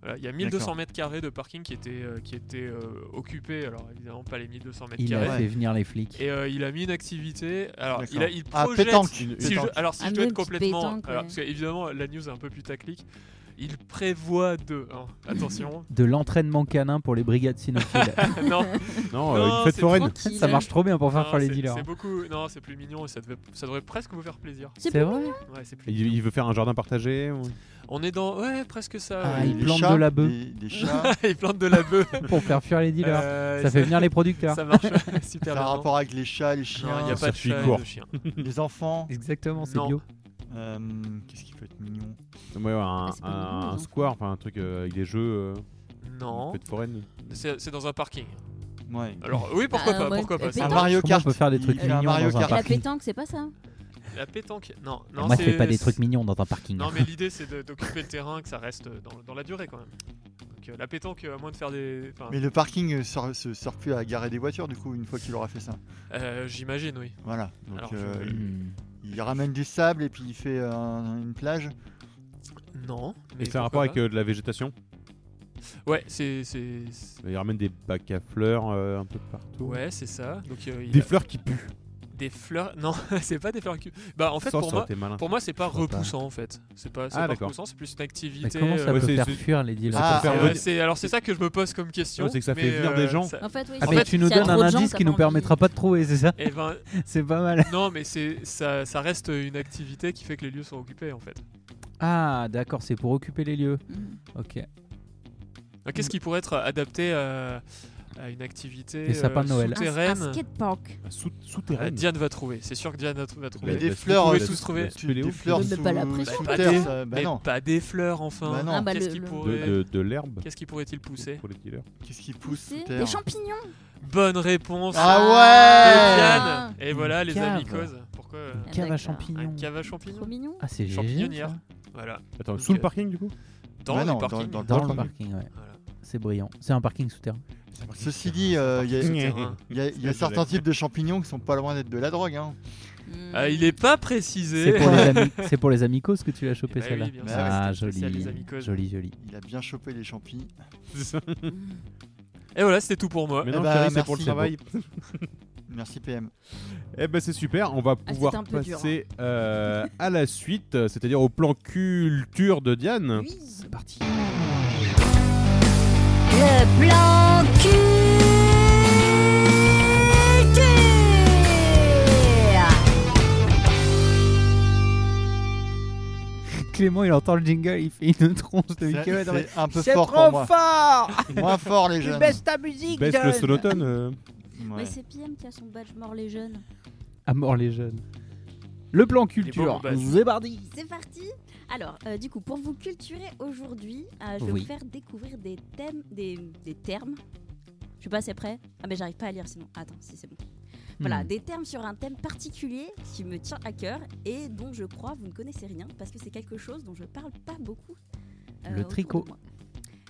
Voilà, il y a 1200 D'accord. mètres carrés de parking qui étaient, euh, qui étaient euh, occupés. Alors évidemment, pas les 1200 mètres Il a carrés. fait venir les flics. Et euh, il a mis une activité. Alors, D'accord. il, a, il Ah, projette. pétanque. si Une- je- pétanque. alors, si Ah, je mais dois être une petite complètement. pétanque, alors, ouais. parce que, évidemment, la news est un peu putaclic. Il prévoit de. hein, attention. De l'entraînement canin pour les brigades cynophiles. Ah, non. fête euh, c'est foraine. tranquille. Ça marche trop bien pour faire Non, fuir les c'est- dealers. hein. C'est beaucoup. Non, c'est plus mignon et ça, devait- ça devrait presque vous faire plaisir. C'est C'est plus vrai mignon. Ouais, c'est plus Il, il veut faire un jardin partagé. ou- On est dans. Ouais, presque ça. Ah, ouais. il Des plante chats, de la bœuf. des- des chats. il plante de la bœuf. Pour faire fuir les dealers. hein. Ça fait venir les producteurs. Euh, Ça marche Ça super a bien. un rapport avec les chats, les chiens. Non, il y a pas de Circuit chats et court. de chiens. Les enfants. Exactement, c'est Non. bio. Euh, Qu'est-ce qui peut être mignon Ouais, ouais, un, c'est pas un- mignon, les un enfants. square, enfin un truc euh, avec des jeux. euh, Non. une Fête foraine. C'est c'est dans un parking. Ouais. Alors, oui, pourquoi Bah, pas, ouais, pourquoi la pas. pétanque. c'est- Mario Comment on peut faire des trucs il fait un mignons Mario dans un Kart. La parking pétanque, c'est pas ça Ah, La pétanque, non. non Moi, je c'est- fais pas des trucs c'est- mignons dans un parking. hein. Non, mais l'idée, c'est de- d'occuper le terrain, que ça reste dans, dans la durée quand même. Donc, euh, la pétanque, à moins de faire des. enfin, Mais le parking euh, sort- se sort plus à garer des voitures du coup une fois qu'il aura fait ça. euh, J'imagine, oui. Voilà. Donc Alors, je- euh, Hmm. il, il ramène du sable et puis il fait euh, un- une plage. Non. Et c'est un Mais pourquoi rapport avec pas. euh, de la végétation. Ouais, c'est. c'est- c'est- Il ramène des bacs à fleurs euh, un peu partout. Ouais, c'est ça. Donc, euh, il Des a- fleurs qui puent. Des fleurs Non, c'est pas des fleurs qui. Bah, en fait, Ça, pour ça aurait moi, été malin. pour moi, c'est pas Je crois pas. repoussant en fait. C'est pas, c'est Ah, pas d'accord. repoussant, c'est plus une activité. comment ça euh, peut c'est- faire c'est- fuir les dealers c'est pour Ah, faire euh, venir- c'est- alors c'est ça que je me pose comme question. Ouais, c'est que ça mais, euh, fait venir des gens. ça- En fait, oui, Ah, En mais fait, tu nous s'il y a donnes trop un de gens, indice t'as qui pas nous envie. permettra pas de trouver, c'est ça Eh ben- C'est pas mal. Non, mais c'est ça, ça reste une activité qui fait que les lieux sont occupés en fait. Ah, d'accord, c'est pour occuper les lieux. Mm. Ah, Ok. Alors, Ah, Qu'est-ce qui pourrait être adapté à, à une activité Les sapins de euh, Noël. Ah, souterraine Un- un skatepark. Un sou- Ah, souterraine. Diane va trouver, c'est sûr que Diane va, va trouver. Bah, Mais des Vous fleurs, pouvez euh, tous sous- trouver. sous- Des des fleurs fleurs sous- pas la Bah, pression. pas terre, des- ça- bah mais non. pas des fleurs enfin. Bah non. Ah, bah, Qu'est-ce le- qui le- pourrait De- de- de l'herbe. Qu'est-ce qui pourrait-il pousser Pour les dealers. Qu'est-ce qui pousse sous terre Des champignons Bonne réponse. Ah de ouais Diane. Et voilà Une les cave. amicoses. Pourquoi euh, Une cave à champignons. Un cave à champignons. Trop mignon. Ah, c'est GG, Champignonnière. ça. Voilà. Attends, Donc, sous le euh, parking du coup Dans Bah le non, parking. dans- Dans Dans le le parking, ouais. C'est brillant. C'est un parking souterrain. Ceci dit, euh, il y a- parking il y a, souterrain. il y a- il y a certains types de champignons qui sont pas loin d'être de la drogue. Hein. Ah, il est pas précisé. C'est pour, les ami- c'est pour les amicos que tu l'as Eh chopé bah celle-là. oui, bien sûr, ah, c'était spécial, joli. les amicos. Joli, joli. Il a bien chopé les champis. Et voilà, c'était tout pour moi. Mais Eh non, bah, Thierry, c'est pour le merci. Ah, travail. Merci PM. Eh ben c'est super, on va pouvoir Ah, un peu dur, hein. passer euh, à la suite, euh, c'est-à-dire au plan culture de Diane. C'est Hein. parti. Le plan Clément, il entend le jingle, il fait une tronche de C'est- Mickey. c'est un peu C'est fort trop pour moi. fort Moins fort les Tu jeunes. baisses ta musique, Baisse le John. sonotone. euh. Mais c'est PM qui a son badge mort les jeunes. À mort les jeunes. Le plan beaux culture. combats. C'est parti. C'est parti Alors, euh, du coup, pour vous culturer aujourd'hui, euh, je vais Oui. vous faire découvrir des thèmes, des, des termes Je suis pas assez prêt. Ah mais j'arrive pas à lire sinon. Attends, si c'est bon. Voilà, Hmm. des termes sur un thème particulier qui me tient à cœur et dont je crois vous ne connaissez rien parce que c'est quelque chose dont je parle pas beaucoup. euh, Le autour de tricot. moi.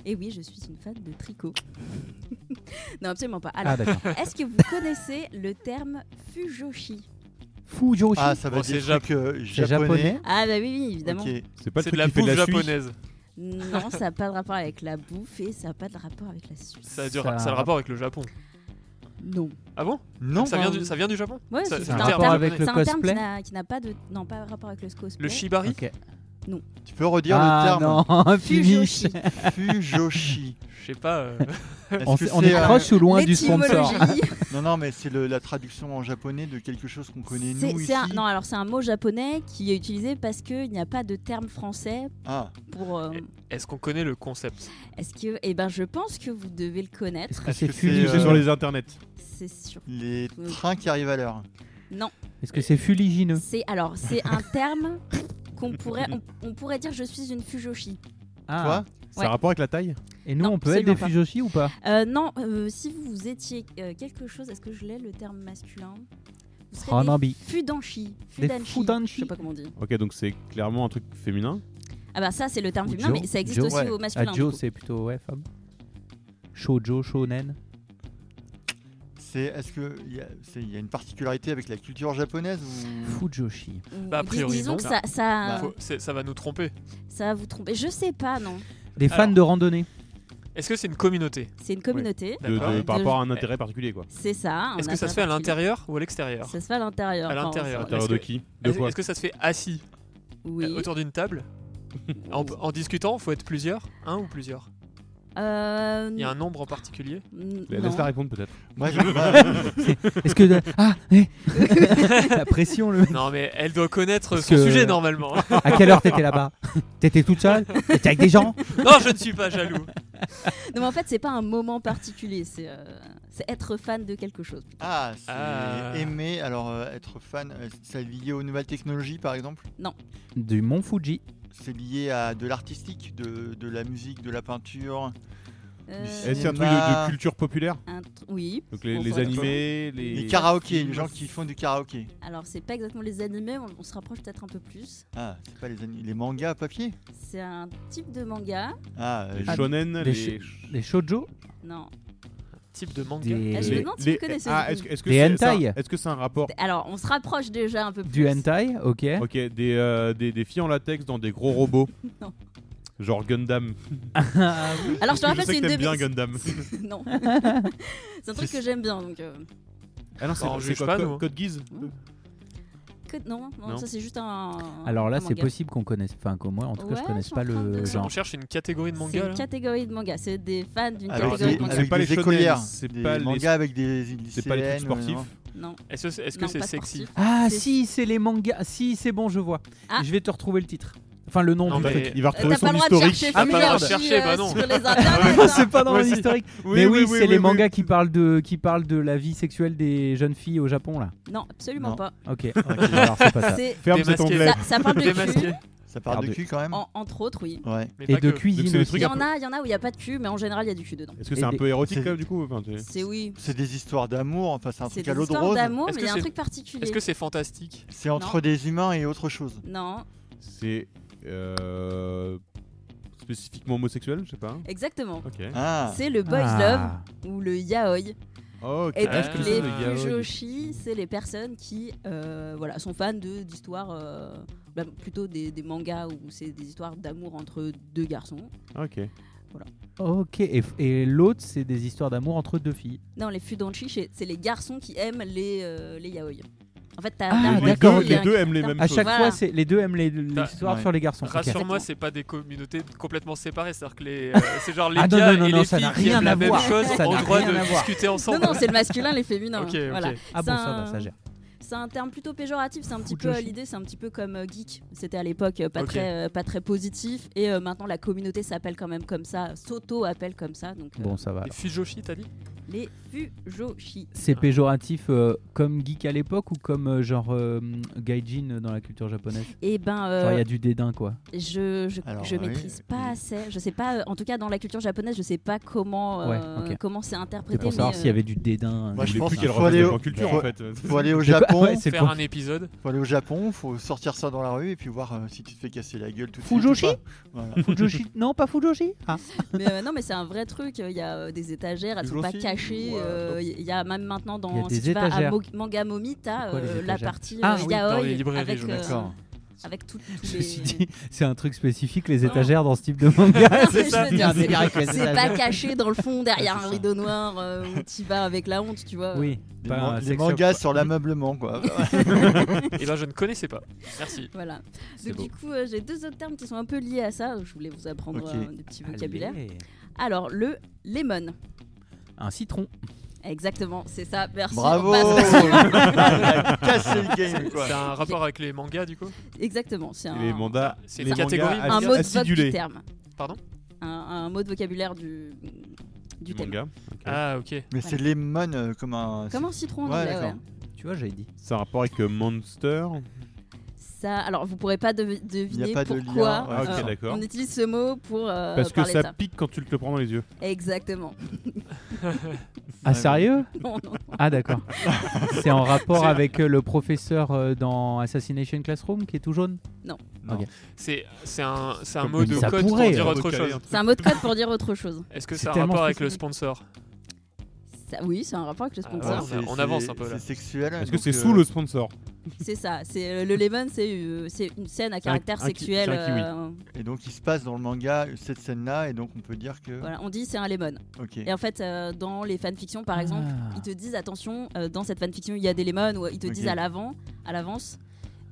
Et oui, je suis une fan de tricot. non, absolument pas. Ah, Alors, d'accord. est-ce que vous connaissez le terme fujoshi Fujoshi. Ah, ça veut Bon, dire c'est jap- truc, euh, C'est japonais. Ah bah oui, oui, évidemment. Ok. C'est pas le C'est truc de la qui fait de la bouffe suie japonaise. Non, ça n'a pas de rapport avec la bouffe et ça n'a pas de rapport avec la Suisse. Ça a, du- Ça- ça a le rapport avec le Japon. Non. Ah bon Non, ça vient, bah, du, ça vient du Japon Ouais, Ça- c'est c'est un, un terme, terme avec c'est le un terme qui cosplay n'a- qui n'a pas de non pas de rapport avec le cosplay. Le shibari Ok. Tu peux redire Ah, le terme non, finish. Fujoshi. Fujoshi. Je sais pas. euh, Est-ce On, que on c'est, est euh, proche ou loin du sponsor L'étymologie. Non, non, mais c'est le- la traduction en japonais de quelque chose qu'on connaît C'est- nous ici. c'est un- non, alors c'est un mot japonais qui est utilisé parce qu'il n'y a pas de terme français Ah, pour. euh, Est-ce qu'on connaît le concept Est-ce que, eh ben, je pense que vous devez le connaître. Est-ce que Est-ce c'est que c'est, C'est Fulish euh, sur les internets. C'est sûr. les trains qui arrivent à l'heure. Est-ce que c'est fuligineux C'est alors c'est un terme qu'on pourrait on, on pourrait dire je suis une fujoshi. Toi C'est Ouais. un rapport avec la taille Ah. Et nous, Non, on peut être des absolument pas. Fujoshi ou pas Euh, non, euh, si vous étiez euh, quelque chose, est-ce que je l'ai le terme masculin Vous serez Oh, des non, bi. fudanshi. Des Fudanshi. fudanshi. Je sais pas comment on dit. Ok, donc c'est clairement un truc féminin. Ah bah ça c'est le terme Ou féminin, Joe. mais ça existe Joe. aussi Ouais. au Ah, masculin. du Joe, coup. c'est plutôt ouais, femme. Shoujo, shonen. C'est est-ce que il y, a- c'est- il y a une particularité avec la culture japonaise Mm. ou Fujoshi. Ou- Bah, a dis- priori, disons non. Bah, que ça, Ah. ça, Faut- c'est- Ça va nous tromper. ça va vous tromper. Je sais pas, non. Des fans Alors. de randonnée. Est-ce que c'est une communauté C'est une communauté. De- de- D'accord. par De- rapport à un intérêt particulier, quoi. C'est ça. un Est-ce que ça intérêt se fait à particulier. l'intérieur ou à l'extérieur Ça se fait à l'intérieur. À enfin, À l'intérieur. l'intérieur Est-ce de que- qui De Est-ce quoi est-ce que ça se fait assis euh, Oui. autour d'une table en, en discutant, faut être plusieurs Un ou plusieurs Euh, Il y a un nombre en particulier n- La- non. Laisse-la répondre peut-être. Moi, je- moi, Est-ce que. Ah eh. La pression, le mec. Non, mais elle doit connaître Parce son que- sujet normalement. À quelle heure t'étais là-bas T'étais toute seule T'étais avec des gens non, je ne suis pas jaloux. Non, mais en fait, c'est pas un moment particulier. C'est euh, c'est être fan de quelque chose. Ah, c'est Ah. aimer. Alors euh, être fan, euh, c'est lié aux nouvelles technologies par exemple. Du Mont Fuji. C'est lié à de l'artistique, de, de la musique, de la peinture. Euh, Est-ce Est-ce qu'il y a un truc Cinéma. de, de culture populaire un tr- Oui. Donc les, On les pourrait- animés, les. Les karaokés, les gens qui font du karaoké. Alors, c'est pas exactement les animés. On, on se rapproche peut-être un peu plus. Ah, c'est pas les, ani- les mangas à papier C'est un type de manga. Ah, euh, Les shonen, Des les. sh- Les shoujo. Non. Type de manga. Des... Ah, Eh, je me demande si les- vous connaissez Ah, ce est-ce que- est-ce que Des c'est- c'est un- hentai. Est-ce que c'est un rapport Alors, on se rapproche déjà un peu plus. Du hentai, ok. Ok, des, euh, des, des filles en latex dans des gros robots. Non. Genre Gundam. Ah, Alors, je te Parce que rappelle, sais c'est que une t'aimes bien de Gundam. mes. non. c'est un truc que j'aime bien. Donc, euh, Ah non, c'est Bah, on c'est juge quoi, pas, Co- nous. Code Geass que- non, non, Non. ça c'est juste un. Alors là, un c'est manga. possible qu'on connaisse. Enfin, qu'au moins, en tout cas, je Ouais, je connaisse suis pas en train le de- genre. On cherche une catégorie de C'est manga une là catégorie de manga. C'est des fans d'une avec Alors, catégorie des, de manga. avec pas des les shonen, écolières, c'est des pas les- mangas avec des des C'est pas les trucs lycéennes, ouais, sportifs. non. Non. Est-ce que est-ce que Non, c'est pas sexy sportif. Ah C'est- si, c'est les mangas. Si, c'est bon, je vois. Ah. Je vais te retrouver le titre. Enfin, le nom Non, du mais- truc. Il va Euh, retrouver T'as pas son le droit de historique. chercher Ah, mais Fujoshi, merde, chercher, euh, bah non. sur les internets. hein. Ah, c'est pas dans Ouais, mon si. historique. Mais oui, c'est les mangas qui parlent de qui parlent de la vie sexuelle des jeunes filles au Japon là. Non, absolument Non. pas. Ok. alors c'est pas ça. C'est- Ferme cet Démasqué. onglet. ça, ça parle de Démasqué. cul, Ça part de Merde. cul quand même en- entre autres, oui. Ouais. Mais Et de pas que. Donc cuisine c'est des aussi. trucs Il y à- en a, il y en a où il n'y a pas de cul, mais en général, il y a du cul dedans. Est-ce que Et c'est un des- peu érotique c'est- quand même du coup enfin, tu- C'est oui. C'est des histoires d'amour, enfin c'est un C'est truc à des l'eau de histoires rose. d'amour, Est-ce mais que il y a un c'est- truc particulier. Est-ce que c'est fantastique C'est entre des humains et autre chose. Non, C'est euh, spécifiquement homosexuel, je sais pas. exactement. Ok. Ah, C'est le boys love Ah. ou le yaoi. Ok. Et Ah, donc je les connais le yaoi. fujoshi, c'est les personnes qui euh, voilà, sont fans de- d'histoires, euh, bah, plutôt des, des mangas où c'est des histoires d'amour entre deux garçons. Ah, Ok. Ok. Et, f- et l'autre, c'est des histoires d'amour entre deux filles. Non, les fudanshi, c'est c'est les garçons qui aiment les, euh, les yaoi. En fait, t'as Ah, t'as- Les deux- d'accord, Les un euh, deux aiment les caractère. mêmes À choses. chaque Voilà. fois, c'est les deux aiment les- Bah, l'histoire ouais. sur les garçons. Ok. Rassure-moi, c'est pas des communautés complètement séparées. C'est-à-dire que les, euh, c'est genre les Ah non, gars non, non, et non, les ça filles n'a qui rien aiment à la même voir. chose Ça ont n'a le droit rien à de voir. discuter ensemble. Non, non, c'est le masculin, les féminins. hein, Ok, ok. Voilà. Ah bon, C'est ça va, un- ça gère. c'est un terme plutôt péjoratif. C'est un petit peu Fujoshi. l'idée, c'est un petit peu comme euh, geek. C'était à l'époque euh, pas Ok. très, euh, pas très positif. Et euh, maintenant, la communauté s'appelle quand même comme ça, s'auto appelle comme ça. Donc euh, Bon, ça va. Les Fujoshi, t'as dit les fujoshi. C'est péjoratif euh, comme geek à l'époque ou comme euh, genre euh, gaijin dans la culture japonaise Eh ben, euh, Genre, il y a du dédain quoi. Je je, Alors, je oui. maîtrise pas assez. Je sais pas. euh, En tout cas, dans la culture japonaise, je sais pas comment euh, Ouais, ok. comment c'est interprété. C'est pour mais, savoir euh, s'il y avait du dédain. Moi, du- je pense plus qu'il qu'elle faut refasse aller le au, plan culture, faut- en fait. faut aller au C'est quoi Japon, Ouais, c'est le Faire plan- un épisode. faut aller au Japon, faut sortir ça dans la rue et puis voir euh, si tu te fais casser la gueule tout de suite. Fujoshi ou pas. Voilà. Fujoshi Non, pas Fujoshi Ah. mais, euh, non, mais c'est un vrai truc. Il y a euh, des étagères, elles sont pas Fujoshi cachées. ou, euh, euh, Il y a même maintenant Il y a dans des si tu vas à étagères. Mo- Manga Momi, t'as C'est quoi, les euh, la étagères partie Ah euh, oui, yaoi dans les librairies, avec, euh, je me D'accord. avec tout- tous Je les. me suis dit, Ah, c'est un truc spécifique, les étagères dans ce type de manga. Non, mais je veux Il y dire, a un délire avec les C'est pas étagères. caché dans le Ah, fond derrière un rideau noir euh, où tu vas avec la honte, tu vois. Oui, Les, pas man- un les sex shop, mangas quoi. sur l'ameublement, quoi. Et ben je ne connaissais pas. Merci. Voilà. C'est Donc beau. du coup, euh, j'ai deux autres termes qui sont un peu liés à ça. Je voulais vous apprendre Ok. euh, des petits Allez. vocabulaires. Alors le lemon. Un citron. Exactement, c'est ça. Merci. Bravo. on passe au suivant. Ah, cassé le game, quoi. C'est un rapport avec les mangas du coup Exactement, c'est un, Les mangas, Ah, C'est les une catégorie. mangas un mot de vote du acidulés. terme. Pardon un, un mot de vocabulaire du, du thème. Manga. Ah ok. Mais c'est lemon euh, comme un. Comme un citron en Ouais, anglais, d'accord. ouais. Tu vois, j'avais dit. C'est un rapport avec euh, Monster. Ça, alors vous pourrez pas devi- deviner pas de lien, pourquoi ouais, Ah, ok, euh, d'accord. on utilise ce mot pour euh, Parce que parler ça de ça. pique quand tu te le prends dans les yeux. Exactement. Ah, sérieux Non, non. Ah, d'accord. c'est en rapport avec euh, le professeur euh, dans Assassination Classroom qui est tout jaune Non. Non. Ok. C'est c'est un, c'est un Comme mot de ça code pourrait, pour dire hein. autre Vocabulaire. chose. C'est un mot de code pour dire autre chose. Est-ce que C'est ça a un tellement rapport avec le spécifique. sponsor Ça- oui, c'est un rapport avec le Ah, sponsor. on a- on avance un peu, là. C'est sexuel. Est-ce que donc, c'est euh, sous le sponsor C'est ça. C'est le Lemon, c'est euh, c'est une scène à C'est un- caractère un ki- sexuel. c'est un kiwi. euh, Et donc il se passe dans le manga euh, cette scène-là, et donc on peut dire que. voilà, on dit c'est un Lemon. Ok. Et en fait, euh, dans les fanfictions, par exemple, Ah. ils te disent attention, euh, dans cette fanfiction, il y a des lemons, ou ils te Ok. disent à l'avant, à l'avance.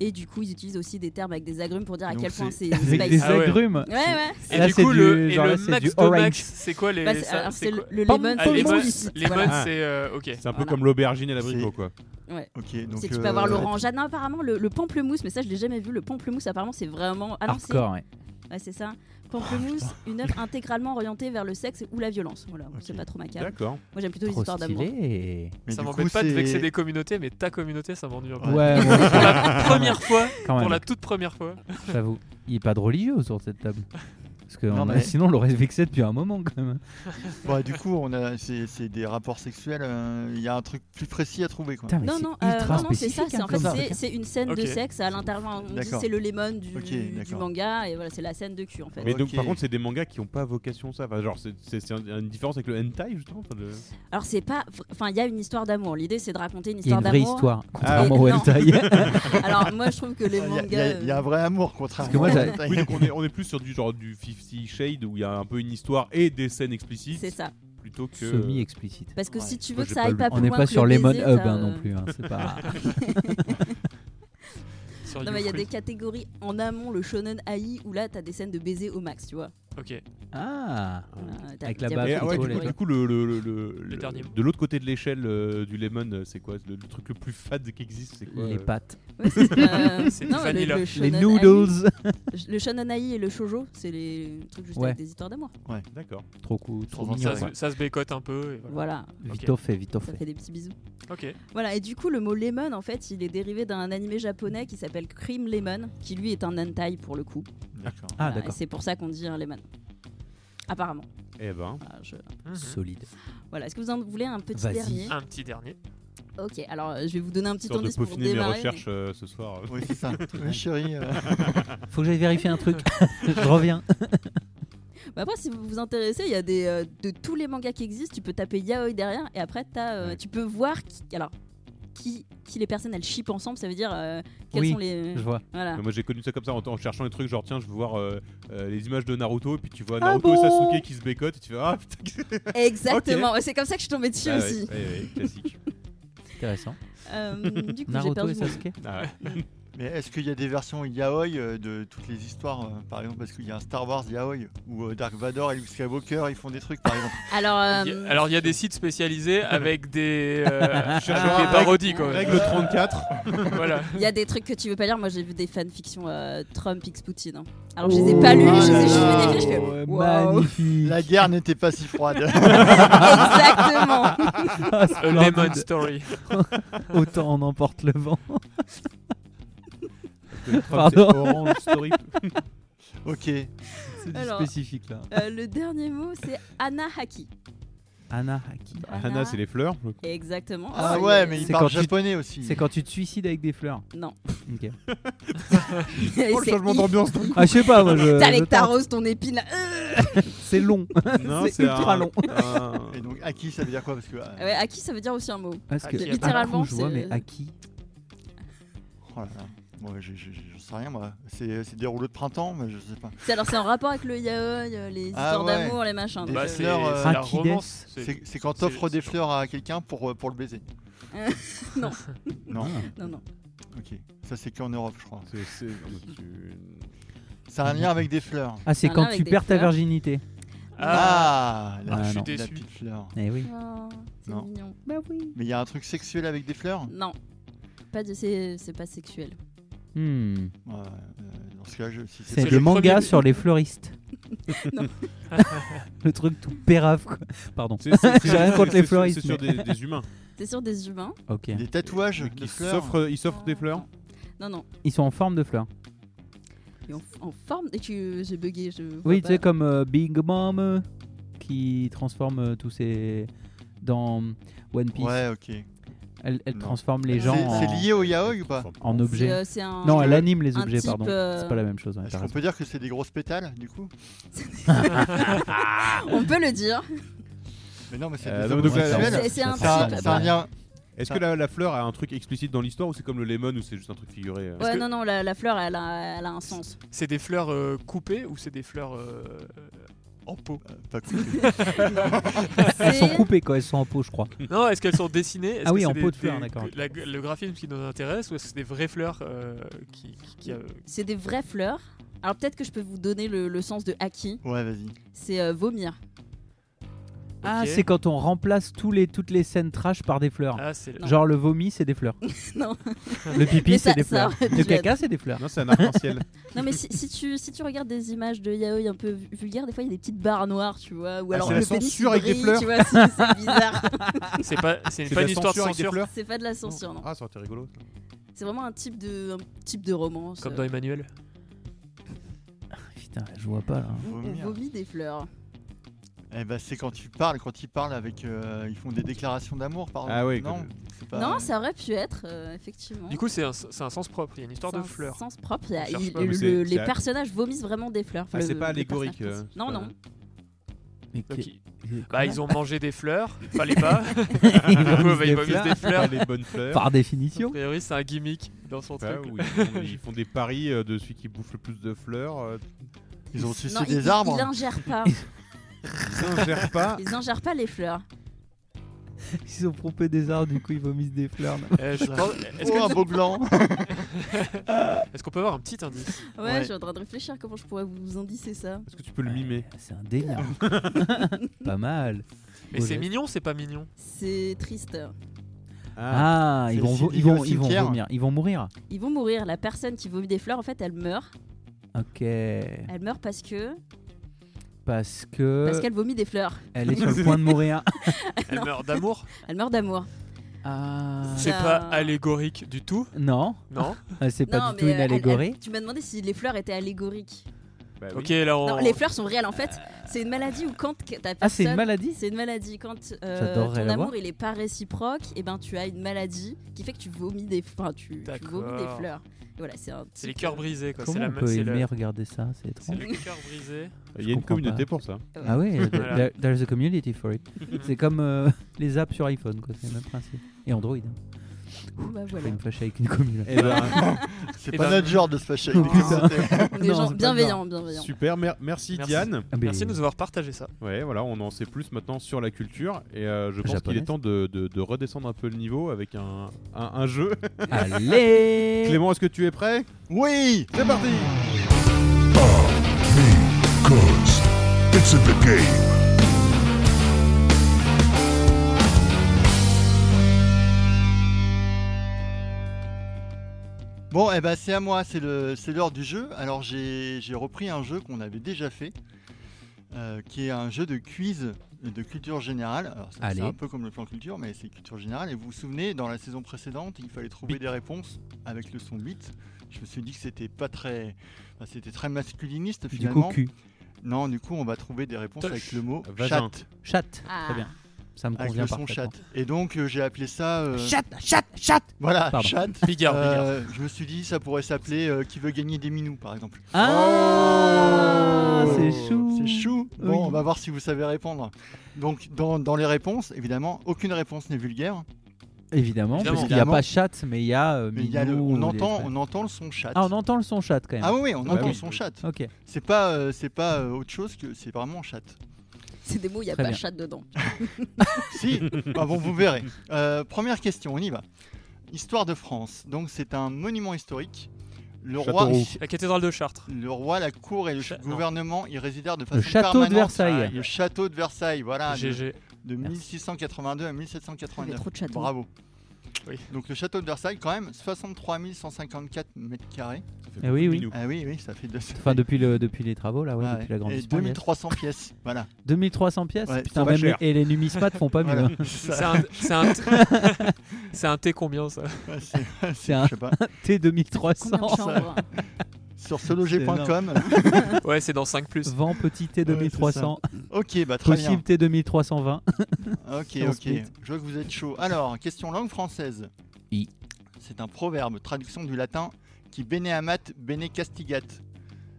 Et du coup, ils utilisent aussi des termes avec des agrumes pour dire à Donc quel point c'est- c'est Avec spicy. des Ah ouais. agrumes. Ouais, ouais. Et Là, du c'est coup, du- le, et genre le là, c'est max du de orange. max, c'est quoi les. Bah, c'est- ça- alors, c'est le, quoi le Pardon, lemon Ah, Paul les Moon. modes, smoothie. les Voilà. modes, Ah. c'est. euh, ok. C'est un peu Voilà. comme l'aubergine et l'abricot, C'est- quoi. Ouais. Ok. Donc. C'est- tu euh, peux avoir l'orange. Ah non, apparemment, le, le pamplemousse, mais ça, je l'ai jamais vu. Le pamplemousse, apparemment, c'est vraiment. Ah non, c'est- Hardcore, ouais. Ouais, c'est ça. Pamplemousse, une œuvre intégralement orientée vers le sexe ou la violence. Voilà, Ok. c'est pas trop macabre. D'accord. Moi, j'aime plutôt les Trop histoires d'amour. stylé. mais ça du m'embête coup, pas de c'est- vexer des communautés, mais ta communauté, ça m'ennuie un peu. Ouais, moi Pour aussi, la première fois, quand pour même. la toute première fois. J'avoue. Il n'est pas de religieux autour de cette table. Parce que Non, on a- mais- sinon, on l'aurait vexé depuis un moment quand même. Bah, du coup, on a, c'est, c'est des rapports sexuels. euh, Il y a un truc plus précis à trouver, quoi. Putain, mais Non, c'est non, euh, ultra non, non, c'est ça. spécifique, c'est- hein, En fait, comme c'est- truc, c'est une scène de Ok. sexe à l'intérieur. On dit D'accord. c'est le lemon du, Ok, du d'accord. manga et voilà, c'est la scène de cul en fait. Mais donc, Ok. par contre, c'est des mangas qui n'ont pas vocation ça. Enfin, genre, c'est- c'est c'est un- une différence avec le hentai, justement. enfin, le- Alors c'est pas, enfin il y a une histoire d'amour. L'idée c'est de raconter une hein. Il y histoire a une vraie d'amour. histoire, Et- contrairement au non. hentai. Alors moi je trouve que les Il y a- mangas. il y, a- il y a un vrai amour, contrairement. moi, à- j'avais- Oui, donc on est, on est plus sur du genre du 50 Shade où il y a un peu une histoire et des scènes euh, explicites C'est ça. plutôt que. Semi-explicite. Parce que Ouais. si tu veux Moi, que j'ai ça pas aille lu. pas plus On n'est loin pas que sur le Lemon baiser, Hub t'as, hein, non euh, plus. hein, C'est pas. Sur Non mais il y a YouFruit. des catégories en amont, le shonen AI où là t'as des scènes de baiser au max, tu vois. Ok. Ah Euh, t'as- Avec la il y a baffe Et, ah beaucoup ouais, de du, catégories. contrôlé. coup, du coup, le, le- le- le- le- dernier mot. de l'autre côté de l'échelle euh, du lemon, euh, c'est quoi le, le truc le plus fade qui existe C'est quoi Les euh, pattes. Ouais, c'est- euh, C'est non, du le- vanilla. le Les shonen AI. noodles. Le shonen AI et le shoujo, c'est les trucs juste Ouais. avec des histoires d'amour. D'accord. Trop cool, trop Sans mignon. Ça, se- ouais. ça se bécote un peu. et voilà. Voilà, Vite au fait, vite au ça fait. fait des petits bisous. Ok. Voilà, et du coup, le mot lemon, en fait, il est dérivé d'un animé japonais qui s'appelle Cream Lemon, qui lui est un hentai pour le coup. D'accord. Ah, Voilà, et d'accord. c'est pour ça qu'on dit un lemon. Apparemment. Eh ben. Voilà, je- Mhm. Solide. voilà. est-ce que vous en voulez un petit Vas-y. dernier Un petit dernier. Ok, alors euh, je vais vous donner un petit Histoire de indice pour peaufiner mes démarrer. recherches euh, ce soir. Oui, c'est ça. Oui, chérie. euh, Faut que j'aille vérifier un truc. Je reviens. mais- Mais Bah, après, si vous vous intéressez, il y a des, euh, de tous les mangas qui existent. Tu peux taper yaoi derrière et après, t'as, euh, Ouais. tu peux voir qui, alors, qui, qui les personnes elles chipent ensemble. Ça veut dire euh, quels Oui, sont les. Je vois. Voilà. Mais Moi j'ai connu ça comme ça en, en cherchant les trucs genre tiens je veux voir euh, euh, les images de Naruto et puis tu vois Ah Naruto et bon Sasuke qui se bécotent et tu fais ah putain Exactement, c'est comme ça que je suis tombée dessus Ah ouais, aussi. ouais, ouais, classique. Intéressant. Euh, du coup, j'ai Naruto perdu et mon- Sasuke. Ah ouais. Mais est-ce qu'il y a des versions yaoi euh, de toutes les histoires euh, Par exemple, parce qu'il y a un Star Wars yaoi où euh, Dark Vador et Luke Skywalker ils font des trucs par exemple. Alors, euh, Y- Alors il y a des sites spécialisés avec des, euh, Cherchons avec règle- des parodies quoi. Règle 34. voilà. Il y a des trucs que tu veux pas lire. Moi, j'ai vu des fanfictions euh, Trump X Poutine. hein. Alors, je les ai pas lus, je les ai juste fait des films, je fais, waouh. La guerre n'était pas si froide. Exactement. Ah, A Euh, Lemon splendide. Story. Autant on emporte le vent. Le Trump, Pardon. c'est Orange Story. ok. C'est du Alors, spécifique là. euh, le dernier mot, c'est Anna Haki. Anna Haki. Ah Anna, c'est les fleurs. Exactement. Ah Oh, ouais, il- mais il C'est parle quand tu- japonais aussi. C'est quand tu te suicides avec des fleurs. Non. Ok. Et Oh, le c'est changement if. d'ambiance d'un coup. Ah, je sais pas, moi je. T'as je avec ta tente. rose, ton épine. là, euh. C'est long. Non, c'est ultra un- long. un- Et donc Aki ça veut dire quoi Parce que euh, Ouais, Haki, ça veut dire aussi un mot. Parce que Haki, à littéralement, coup, je vois, c'est- mais à qui oh là là. Bon, j'ai- j'ai- j'ai- j'en sais rien moi. C'est c'est des rouleaux de printemps, mais je sais pas. C'est- Alors, c'est en rapport avec le yaoi, euh, les Ah histoires ouais. d'amour, les machins. Des Bah, fleurs, c'est euh, c'est la Rakides. romance. C'est c'est quand t'offres c'est- des fleurs à quelqu'un pour, euh, pour le baiser. Non. Non. Non, non. Ok. Ça c'est qu'en Europe, je crois. c'est- c'est- non, mais tu- Ça a un lien avec des fleurs. Ah, c'est Un quand lin tu avec des perds ta fleurs. virginité. Ah, la, Ah, je suis la déçu. petite fleur. Eh oui. Oh, c'est Non. mignon. Bah oui. Mais il y a un truc sexuel avec des fleurs Non. Pas de, c'est, c'est pas sexuel. Ouais, euh, Dans ce cas, je, si C'est C'est le le manga premier- sur les fleuristes. Non. le truc tout pérave quoi. Pardon. c'est- c'est- J'ai rien c'est- contre les c'est sur- fleuristes, C'est sur mais- des, des humains. C'est sur des humains. Ok. des tatouages Mais de qui fleurs. s'offrent, ils s'offrent des fleurs. Non, non. Ils sont en forme de fleurs. Et en, en forme. Et tu, j'ai bugué. Je vois Oui, tu pas. sais, comme euh, Big Mom euh, qui transforme euh, tous ces. dans One Piece. Ouais, ok. Elle, elle Non. transforme les C'est- gens C'est en, c'est lié au yaoi ou pas en C'est, objets. euh, c'est un. Non, elle anime les un objets, type, pardon. euh, C'est pas la même chose. ouais, Est-ce t'as qu'on peut dire que c'est des grosses pétales du coup On peut le dire. Mais non, mais c'est Euh, des non, mais hommes donc là, sexuels. C'est, c'est un C'est un, type. c'est un lien. Est-ce que la, la fleur a un truc explicite dans l'histoire ou c'est comme le lemon ou c'est juste un truc figuré euh Ouais, que- non, non, la, la fleur, elle a, elle a un sens. C'est des fleurs euh, coupées ou c'est des fleurs euh, en pot euh, pas cool. Elles sont C'est- coupées quoi, elles sont en peau, je crois. Non, est-ce qu'elles sont dessinées Est-ce Ah que oui, c'est en des- pot de des- fleurs, d'accord. la- le graphisme qui nous intéresse ou est-ce que c'est des vraies fleurs euh, qui, qui- qui, euh, C'est des vraies fleurs. Alors peut-être que je peux vous donner le, le sens de haki. Ouais, vas-y. C'est euh, vomir. Ah, Ok. c'est quand on remplace tous les, toutes les scènes trash par des fleurs. Ah, c'est. Non. Genre le vomi, c'est des fleurs. Non. Le pipi, Mais ça- c'est des ça fleurs. aurait Le dû être- caca, c'est des fleurs. Non, c'est un arc-en-ciel. Non mais si, si tu, si tu regardes des images de yaoi un peu vu- vulgaires, des fois il y a des petites barres noires, tu vois, ou Ah, alors c'est le la pénis qui censure avec des brille, fleurs. tu vois, c'est c'est bizarre. C'est pas, c'est C'est de pas une la histoire de avec des censure. fleurs C'est pas de la censure, non. Ah, ça aurait été rigolo. C'est vraiment un type de, un type de romance. Euh, Comme dans Emmanuel. Ah, Putain, je vois pas hein. là. Où on Vomir. vomit des fleurs. Eh ben, c'est quand tu parles, quand ils parlent avec. euh, ils font des déclarations d'amour, pardon. Ah oui, non que- c'est pas- Non, ça aurait pu être, euh, effectivement. Du coup, c'est un, c'est un sens propre. Il y a une histoire C'est de un fleurs. sens propre. il y a- Je cherche il- pas, le- mais c'est- le- c'est les a- personnages vomissent vraiment des fleurs. Ah, Le- c'est pas le allégorique. personnage euh, principal. Non, c'est non. Mais Donc, qui- ils, bah, ils ont mangé des fleurs. Fallait pas. Du coup, bah, ils vomissent des vomissent des Pas fleurs. les bonnes fleurs. Par A définition. priori, c'est un gimmick dans son Bah Ah, truc. où ils, font, ils font des paris euh, de celui qui bouffe le plus de fleurs. euh, Ils ont sucé Non, ils- des ils- arbres. Ils ingèrent pas. Ils ingèrent pas. Ils ingèrent pas les fleurs. Ils ont pompé des arbres, du coup, ils vomissent des fleurs. là. Euh, je pense- Est-ce Oh, un que- beau blanc est-ce qu'on peut avoir un petit indice Ouais, Ouais. je suis en train de réfléchir comment je pourrais vous indicer ça. Est-ce que tu peux le mimer Ah, C'est un délire. pas mal. Mais Beau c'est geste. mignon, c'est pas mignon. C'est triste. Ah, c'est ils vont, aussi vo- ils lié au vont, ils vont cimetière. vomir. Ils vont mourir. Ils vont mourir. La personne qui vomit des fleurs, en fait, elle meurt. Ok. Elle meurt parce Euh. que Parce que. parce qu'elle vomit des fleurs. Elle est sur le point de mourir. Elle Non. meurt d'amour. Elle meurt d'amour. Ah. C'est Ça- pas allégorique du tout, Non, non euh, c'est pas Non, du mais, tout euh, une elle- allégorie. elle- tu m'as demandé si les fleurs étaient allégoriques. Bah oui. Ok, là on. Non, les fleurs sont réelles en fait. C'est une maladie où quand que ta personne. Oh. Ah, c'est une maladie C'est une maladie. Quand euh, J'adorerais ton la amour voir. il est pas réciproque, et ben tu as une maladie qui fait que tu vomis des, enfin, tu, tu D'accord. vomis des fleurs. Et voilà, c'est un. C'est les type, cœurs euh, brisés, quoi. C'est Comment la on même. peut C'est le, aimer Ah, regarder ça C'est c'est étrange. le cœur brisé. Il y a une comprends communauté pas. pour ça. Ah oui, Voilà. there- there's a community for it. C'est comme euh, les apps sur iPhone, quoi. C'est le même principe. Et Android. hein. Bah Je vais voilà. me fâcher avec une commune. Eh ben, C'est pas notre genre de se fâcher avec Oh, des putain. commentaires. Des gens bienveillants, bienveillants. Super, mer- merci, Merci. Diane. Ah, mais- Merci de nous avoir partagé ça. Ouais, voilà, on en sait plus maintenant sur la culture et euh, je pense qu'il Japonaise. est temps de, de- de redescendre un peu le niveau avec un, un- un jeu. Eh Allez Clément, est-ce que tu es prêt Oui C'est parti Because it's the game. Bon, eh ben, c'est à moi, c'est le- c'est l'heure du jeu. Alors, j'ai j'ai repris un jeu qu'on avait déjà fait, euh, qui est un jeu de quiz de culture générale. Alors, c'est- Allez. c'est un peu comme le plan culture, mais c'est culture générale. Et vous vous souvenez, dans la saison précédente, il fallait trouver des réponses avec le son bit. Je me suis dit que c'était pas très. enfin, c'était très masculiniste Du finalement. coup, cul. non, du coup, on va trouver des réponses Touch. avec le mot Vagin. chat. Chat. Ah. Très bien. Ça me Avec convient le son parfaitement. chat. Et donc, euh, j'ai appelé ça. euh, Chat, chat, chat Voilà, Pardon. chat. Bigard, Bigard. Euh, je me suis dit, ça pourrait s'appeler euh, Qui veut gagner des minous, par exemple. Ah, Oh, c'est chou. C'est chou. Bon, Oui. on va voir si vous savez répondre. Donc, dans, dans les réponses, évidemment, aucune réponse n'est vulgaire. Évidemment, Évidemment. parce qu'il n'y a pas chat, mais il y a. euh, Mais il y a Minou le- on, ou entend, les- on entend le son chat. Ah, on entend le son chat quand même. Ah oui, oui, on Bah entend oui. son chat. Ok. C'est pas, euh, c'est pas euh, autre chose que c'est vraiment chat. C'est des mots, il n'y a Très pas bien. chat dedans. si, Ah bon, vous verrez. Euh, première question, on y va. Histoire de France. Donc, c'est un monument historique. Le roi, Châteauroux. La cathédrale de Chartres. le roi, la cour et le Cha- non. gouvernement y résidèrent de façon château de permanente. Ah, Versailles. Le château de Versailles, voilà. le- GG. de Merci. 1682 à Il y 1789. a trop de châteaux. Bravo. Oui. Donc le château de Versailles, quand même, 63 154 mètres carrés. Eh oui, oui. Ah oui, oui, ça fait deux. Enfin, depuis, le, depuis les travaux, là, ouais, Ah ouais. depuis la grande hein. Et 2300 pièces. Voilà. 2300 pièces Ouais, Putain, c'est pas même les, cher. et les numismates font pas mieux. Voilà. hein. C'est un, c'est un, c'est un T combien ça Ouais, c'est- C'est un Je sais pas. T2300. Combien de chambres Sur seloger.com. Ouais, c'est dans 5 plus. Vent petit T2300. ok, bah très bien. Possible T2320. Ah, Ok, On ok. split. Je vois que vous êtes chaud. Alors, question langue française. I. C'est un proverbe, traduction du latin, qui bene amat, bene castigat,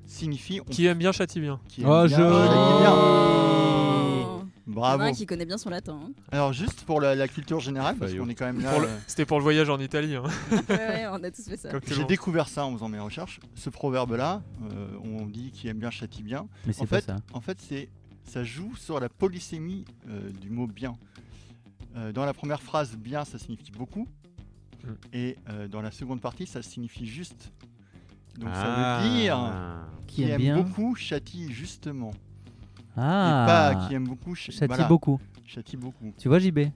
signifie on Qui aime bien châtie bien. qui aime Oh, bien, joli. Ah, châtie bien. Oh. Il y en a Bravo. un qui connaît bien son latin. hein. Alors juste pour la, la culture générale, parce Faillot. qu'on est quand même là. Pour le- euh, C'était pour le voyage en Italie. hein. Ouais, ouais, on a tous fait ça. Comme tout le J'ai monde. découvert ça en faisant mes recherches. Ce proverbe-là, euh, on dit qui aime bien châtie bien. Mais c'est En pas fait, ça. en fait, c'est ça joue sur la polysémie euh, du mot bien. Euh, dans la première phrase, bien, ça signifie beaucoup, Mm. et euh, dans la seconde partie, ça signifie juste. Donc Ah. ça veut dire qui aime bien. beaucoup châtie justement, et pas Ah, qui aime beaucoup ch- châtie voilà, beaucoup. châtie beaucoup. Tu vois, JB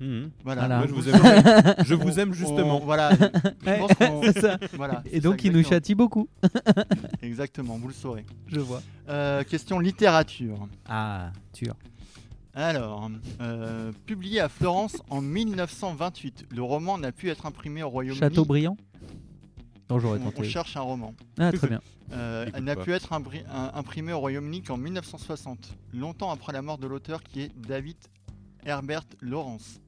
Mhm. Voilà. Voilà. Moi, je vous aime, je vous aime justement. On- voilà. je pense qu'on- C'est ça. voilà, Et c'est donc, ça, il nous exactement. châtie beaucoup. Exactement, vous le saurez. Je vois. Euh, question littérature. Ah, tu Alors, euh, publié à Florence en 1928, le roman n'a pu être imprimé au Royaume-Uni. Chateaubriand Non, j'aurais on, on tenté. cherche un roman. Ah, très bien. Euh, Écoute elle n'a pas. pu être imbri- un- imprimée au Royaume-Uni qu'en 1960, longtemps après la mort de l'auteur qui est David Herbert Lawrence.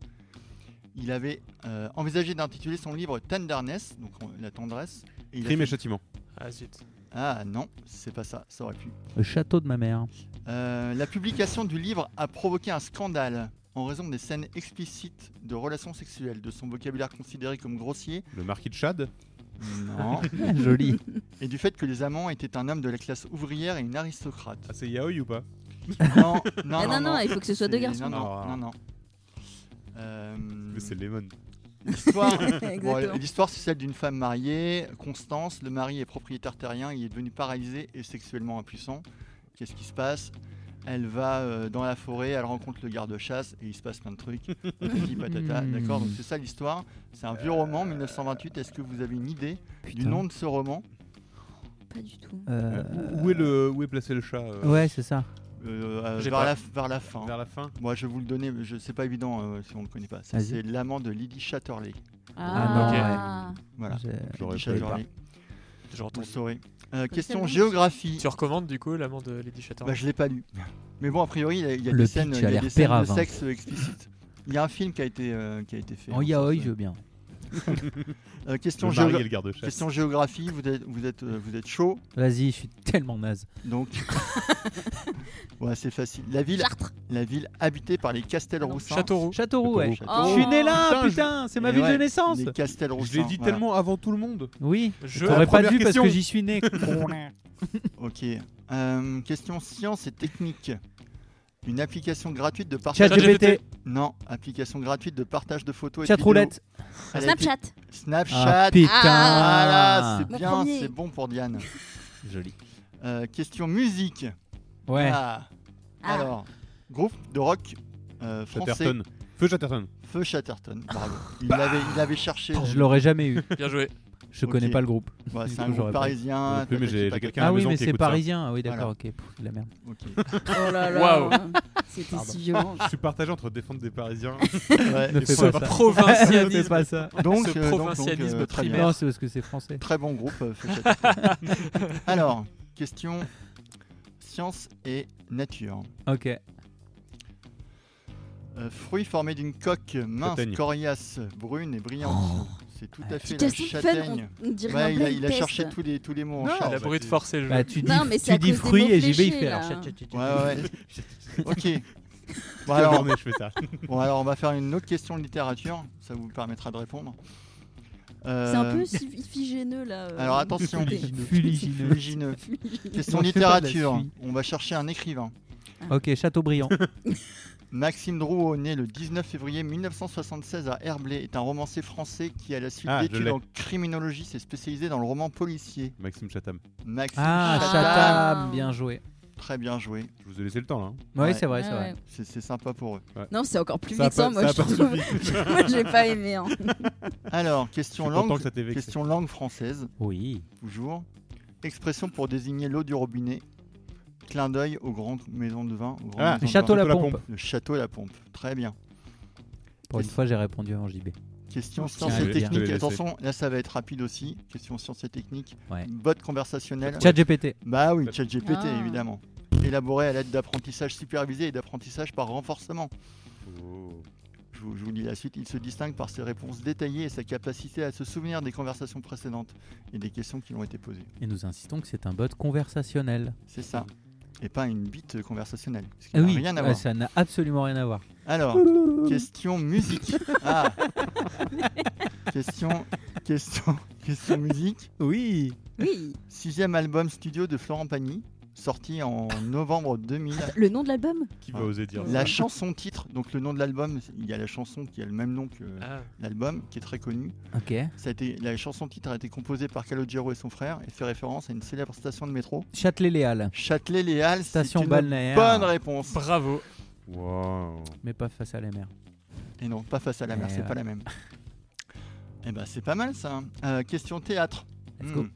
Il avait euh, envisagé d'intituler son livre Tenderness, donc euh, la tendresse. et il a Crime et fait- châtiment. Ah zut. Ah non, c'est pas ça, ça aurait pu. Le château de ma mère. Euh, la publication du livre a provoqué un scandale en raison des scènes explicites de relations sexuelles, de son vocabulaire considéré comme grossier Le marquis de Chad. non, Ah, Joli. et du fait que les amants étaient un homme de la classe ouvrière et une aristocrate. Ah, c'est yaoi ou pas Non, non, Ah non, non, non, il faut que ce soit deux C'est- garçons. Non, non, Ah. non, non. Euh, Mais c'est Lemon. l'histoire. Bon, Exactement. l'histoire, c'est celle d'une femme mariée, Constance. Le mari est propriétaire terrien, il est devenu paralysé et sexuellement impuissant. Qu'est-ce qui se passe Elle va euh, dans la forêt, elle rencontre le garde-chasse et il se passe plein de trucs. Patati patata, Hmm. d'accord Donc c'est ça l'histoire. C'est un vieux roman, 1928. Est-ce que vous avez une idée du Putain. nom de ce roman Pas du tout. Euh, Où, est le, où est placé le chat euh, Ouais, c'est ça. Euh, euh, J'ai vers, pas. la, vers la fin. Vers la fin Moi, je vais vous le donner, mais je c'est pas évident euh, si on le connaît pas. Ça, Vas-y. c'est l'amant de Lily Chatterley. Ah, Voilà. J'ai- J'aurais Lily pas eu Chatterley, J'entends. vous le saurez. Euh, question nom. géographie. Tu recommandes du coup l'amant de Lady Chatterley Bah, je l'ai pas lu. Mais bon, a priori, il y a, il y a Le des pitch scènes, a il y a l'air des scènes de pérave, hein. sexe explicite. Il y a un film qui a été, euh, qui a été fait. En hein, sur yaoi, ce- Oh, je veux bien. Euh, question, Le mari géogra- et le garde-chasse. question géographie, vous êtes, vous êtes, euh, vous êtes chaud. Vas-y, je suis tellement naze. Donc, ouais, c'est facile. La ville, la ville habitée par les Castelroussins. Châteauroux. Châteauroux, ouais. Oh, Châteauroux. Oh, Je suis né là, putain, je- c'est ma Et ville de ouais, naissance. Les Castelroussins. Je l'ai dit voilà. tellement avant tout le monde. Oui, Je- t'aurais La pas première dû parce question. que j'y suis né. Ok. Euh, question science et technique. Une application gratuite de partage. ChatGPT. Non, application gratuite de partage de photos. et de Chatroulette. vidéos. Elle a Snapchat. été- Snapchat. Ah, putain. Ah. Voilà, c'est Mon bien, premier. c'est bon pour Diane. Joli. Euh, question musique. Ouais. Ah. Ah. Alors, groupe de rock euh, français. Chatterton. Feu Chatterton. Feu Chatterton. Bravo. Il l'avait, il avait cherché. Je l'aurais jamais eu. Bien joué. Je connais pas le groupe. Ouais, Du c'est coup, un groupe j'aurais pas- Non parisien. plus, mais t'as- j'ai- t'as j'ai quelqu'un- quelqu'un à la Ah oui, maison mais qui c'est écoute ça. parisien. Ah oui, d'accord, Voilà. ok. Pff, de la merde. Ok. Oh là là. Waouh. C'était Pardon. si Ah. violent. Je suis partagé entre défendre des Parisiens. Ouais. Ne Et fais ça pas ça. va. Ne Provincialisme. fais pas ça. Donc, Ce euh, donc, donc, euh, provincialisme très bien. primaire. Non, c'est parce que c'est français. Très bon groupe, euh, Feu Chatterton. Alors, question science et nature. Ok. Euh, fruit formé d'une coque mince, Châtaigne. coriace, brune et brillante. C'est tout Euh, à fait la Justin Fun, hein. châtaigne. on, on dirait Ouais, un il a, blind il a test. cherché tous les, tous les mots en Non. charge. La brute forcée le jeu. Bah, tu dis, Non, mais c'est à tu dis cause des fruit mots et JB il fléchés, fait. là. alors, chat, chat, chat. Ouais, ouais. ok. Bon Bah Toute la alors, journée, je fais ça. bon, alors, on va faire une autre question de littérature. Ça vous permettra de répondre. Euh, C'est un peu si- figéneux là. euh, Alors, attention. écoutez. Fuligineux. Fuligineux. Question Non, je fais pas de la littérature. suie. On va chercher un écrivain. Ok, Chateaubriand. Maxime Drouot, né le 19 février 1976 à Herblay, est un romancier français qui, à la suite Ah, je d'études l'ai. en criminologie, s'est spécialisé dans le roman policier. Maxime Chatham. Maxime Ah, Chatham. Chatham, bien joué. Très bien joué. Je vous ai laissé le temps là. hein. Ouais, Ouais. c'est vrai, Ouais, c'est vrai. ouais. C'est c'est sympa pour eux. Non, c'est encore plus Ça a vexant, hein, pas- moi ça a je pas trouve. moi j'ai pas aimé. hein. Alors, Je question suis content langue, que ça t'ait vexé. question langue française, Oui. toujours. Expression pour désigner l'eau du robinet. Clin d'œil aux grandes maisons de vin. aux grandes Ah, maisons de Château vin. la la pompe. pompe. Le château à la pompe. Très bien. Pour une Qu'est-ce- fois, j'ai répondu avant JB. Question Tiens, sciences je et vais- je vais techniques. laisser. Attention, là ça va être rapide aussi. Question sciences et techniques. Ouais. Une Botte conversationnelle. Chat GPT. Bah oui, ChatGPT Ah. évidemment. Élaboré à l'aide d'apprentissage supervisé et d'apprentissage par renforcement. Oh. Je vous, je vous lis la suite. Il se distingue par ses réponses détaillées et sa capacité à se souvenir des conversations précédentes et des questions qui lui ont été posées. Et nous insistons que c'est un bot conversationnel. C'est ça. Et pas une bite conversationnelle. Ce qui Ah n'a oui, rien à ouais, voir. ça n'a absolument rien à voir. Alors, question musique. Ah. question, question, question musique. Oui. Oui. Sixième album studio de Florent Pagny, sorti en novembre 2000. Le nom de l'album Qui va oser dire La ça chanson titre, donc le nom de l'album, il y a la chanson qui a le même nom que Ah, l'album, qui est très connue. Ok. Ça a été, la chanson titre a été composée par Calogero et son frère et fait référence à une célèbre station de métro. Châtelet-Léal. Châtelet les Halles, c'est Station une balnéaire. bonne réponse. Bravo. Wow. Mais pas face à la mer. Et non, pas face à la mer, Eh c'est ouais. pas la même. Eh ben c'est pas mal ça. Euh, question théâtre. Let's go. Hmm.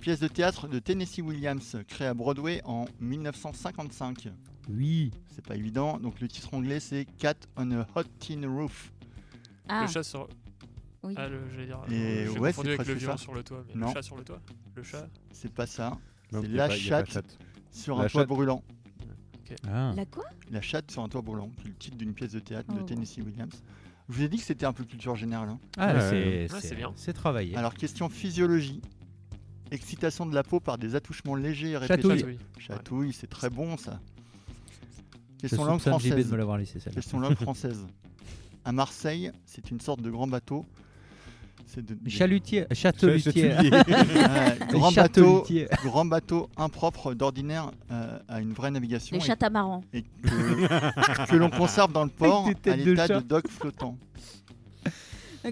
Pièce de théâtre de Tennessee Williams, créée à Broadway en 1955. Oui. C'est pas évident, donc le titre anglais c'est Cat on a Hot Tin Roof. Ah, Le chat sur. Oui. Ah, le, j'allais dire. Et j'ai ouais, confondu c'est avec le presque violon ça. sur le toit. Mais Non. Le chat sur le toit Le chat C'est pas ça. Non, C'est y a la pas- y a pas chatte. chatte. Sur La un toit chatte. brûlant. Ah. la quoi La chatte sur un toit brûlant, qui est le titre d'une pièce de théâtre de Oh. Tennessee Williams. Je vous ai dit que c'était un peu culture générale. hein. Ah, Ouais, c'est- ouais. Ouais, c'est c'est bien. C'est travaillé. Alors, question physiologie. Excitation de la peau par des attouchements légers et répétés. Chatouille. Chatouille. Chatouille, c'est très bon ça. Je Question langue soupçonne JB de française. me l'avoir laissé celle-là. Question langue française. À Marseille, c'est une sorte de grand bateau. C'est de, de- Chalutier. Châtelutier. Ouais, grand bateau, Châtelutier. grand bateau impropre d'ordinaire euh, à une vraie navigation Les chatamarans. et que, que l'on conserve dans le port Avec tes à têtes de l'état chat. de dock flottant.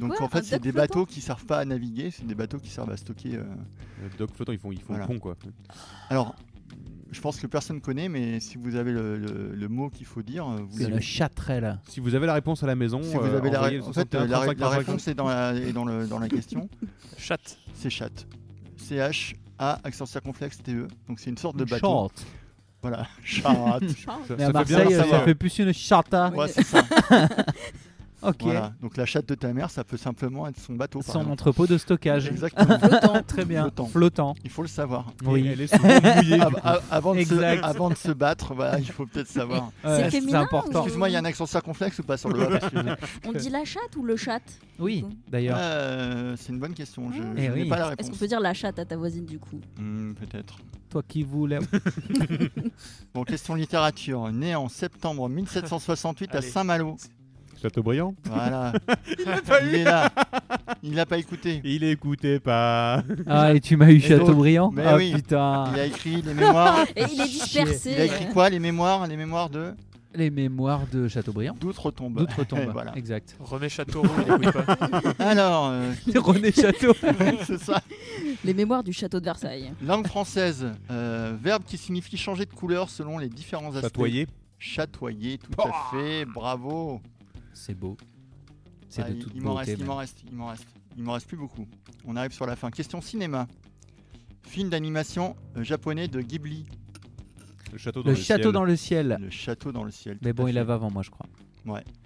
Donc en fait, c'est des bateaux qui servent pas à naviguer, c'est des bateaux qui servent à stocker. euh. Le Doc flottant, ils font, ils font Voilà. le pont quoi. Alors, je pense que personne connaît, mais si vous avez le, le- le mot qu'il faut dire, euh, vous C'est le l'avez. châterelle. Si vous avez la réponse à la maison, Si vous euh, avez la, envoyez ré- le en fait, euh, 61, la, ré- la 35, réponse est dans la, est dans le, dans la question. Chat. C'est chat. C H A accent circonflexe T E. Donc c'est une sorte de bateau. Chante. Voilà. Chat. Ça- Mais ça à fait bien Marseille, le ça savoir. fait plus une chata. ouais, c'est ça. Ok. Voilà. Donc la chatte de ta mère, ça peut simplement être son bateau. par Son exemple. entrepôt de stockage. Exactement. Flottant. Très bien. Flottant. Flottant. Il faut le savoir. Oui. Et elle est souvent mouillée, du Av- coup. av- avant, de se, Exact. avant de se battre, voilà, il faut peut-être savoir. C'est Ouais, c'est féminin important. ou- Excuse-moi, il y a un accent circonflexe ou pas sur le On dit la chatte ou le chatte Oui. D'ailleurs. Euh, c'est une bonne question. Je, Eh je n'ai oui. pas la Est-ce qu'on réponse. peut dire la chatte à ta voisine du coup Hmm, Peut-être. Toi qui voulais. Bon, question littérature. Né en septembre 1768 à Allez. Saint-Malo. Chateaubriand Voilà. Il l'a pas Il eu. est là. Il n'a pas écouté. Il écoutait pas. Ah, et tu m'as eu Et donc- Chateaubriand mais Ah oui. putain. Il a écrit les mémoires. Et il est dispersé. Il a écrit quoi Les mémoires Les mémoires de Les mémoires de Chateaubriand. D'Outre-Tombe. D'outre-tombe. Bah, Voilà. Exact. Remets Châteauroux, il écoute pas. Alors, euh, René Château. c'est ça. Les mémoires du château de Versailles. Langue française, euh, verbe qui signifie changer de couleur selon les différents aspects. Chatoyer. Chatoyer, tout à fait, bravo. C'est beau. C'est Ah, de il- toute il m'en beauté. reste, il même. m'en reste, il m'en reste. Il m'en reste plus beaucoup. On arrive sur la fin. Question cinéma. Film d'animation euh, japonais de Ghibli. Le château dans Le le, château ciel. dans le ciel. Le château dans le ciel. Euh, Mais tout bon, à il fait. avait avant moi, je crois.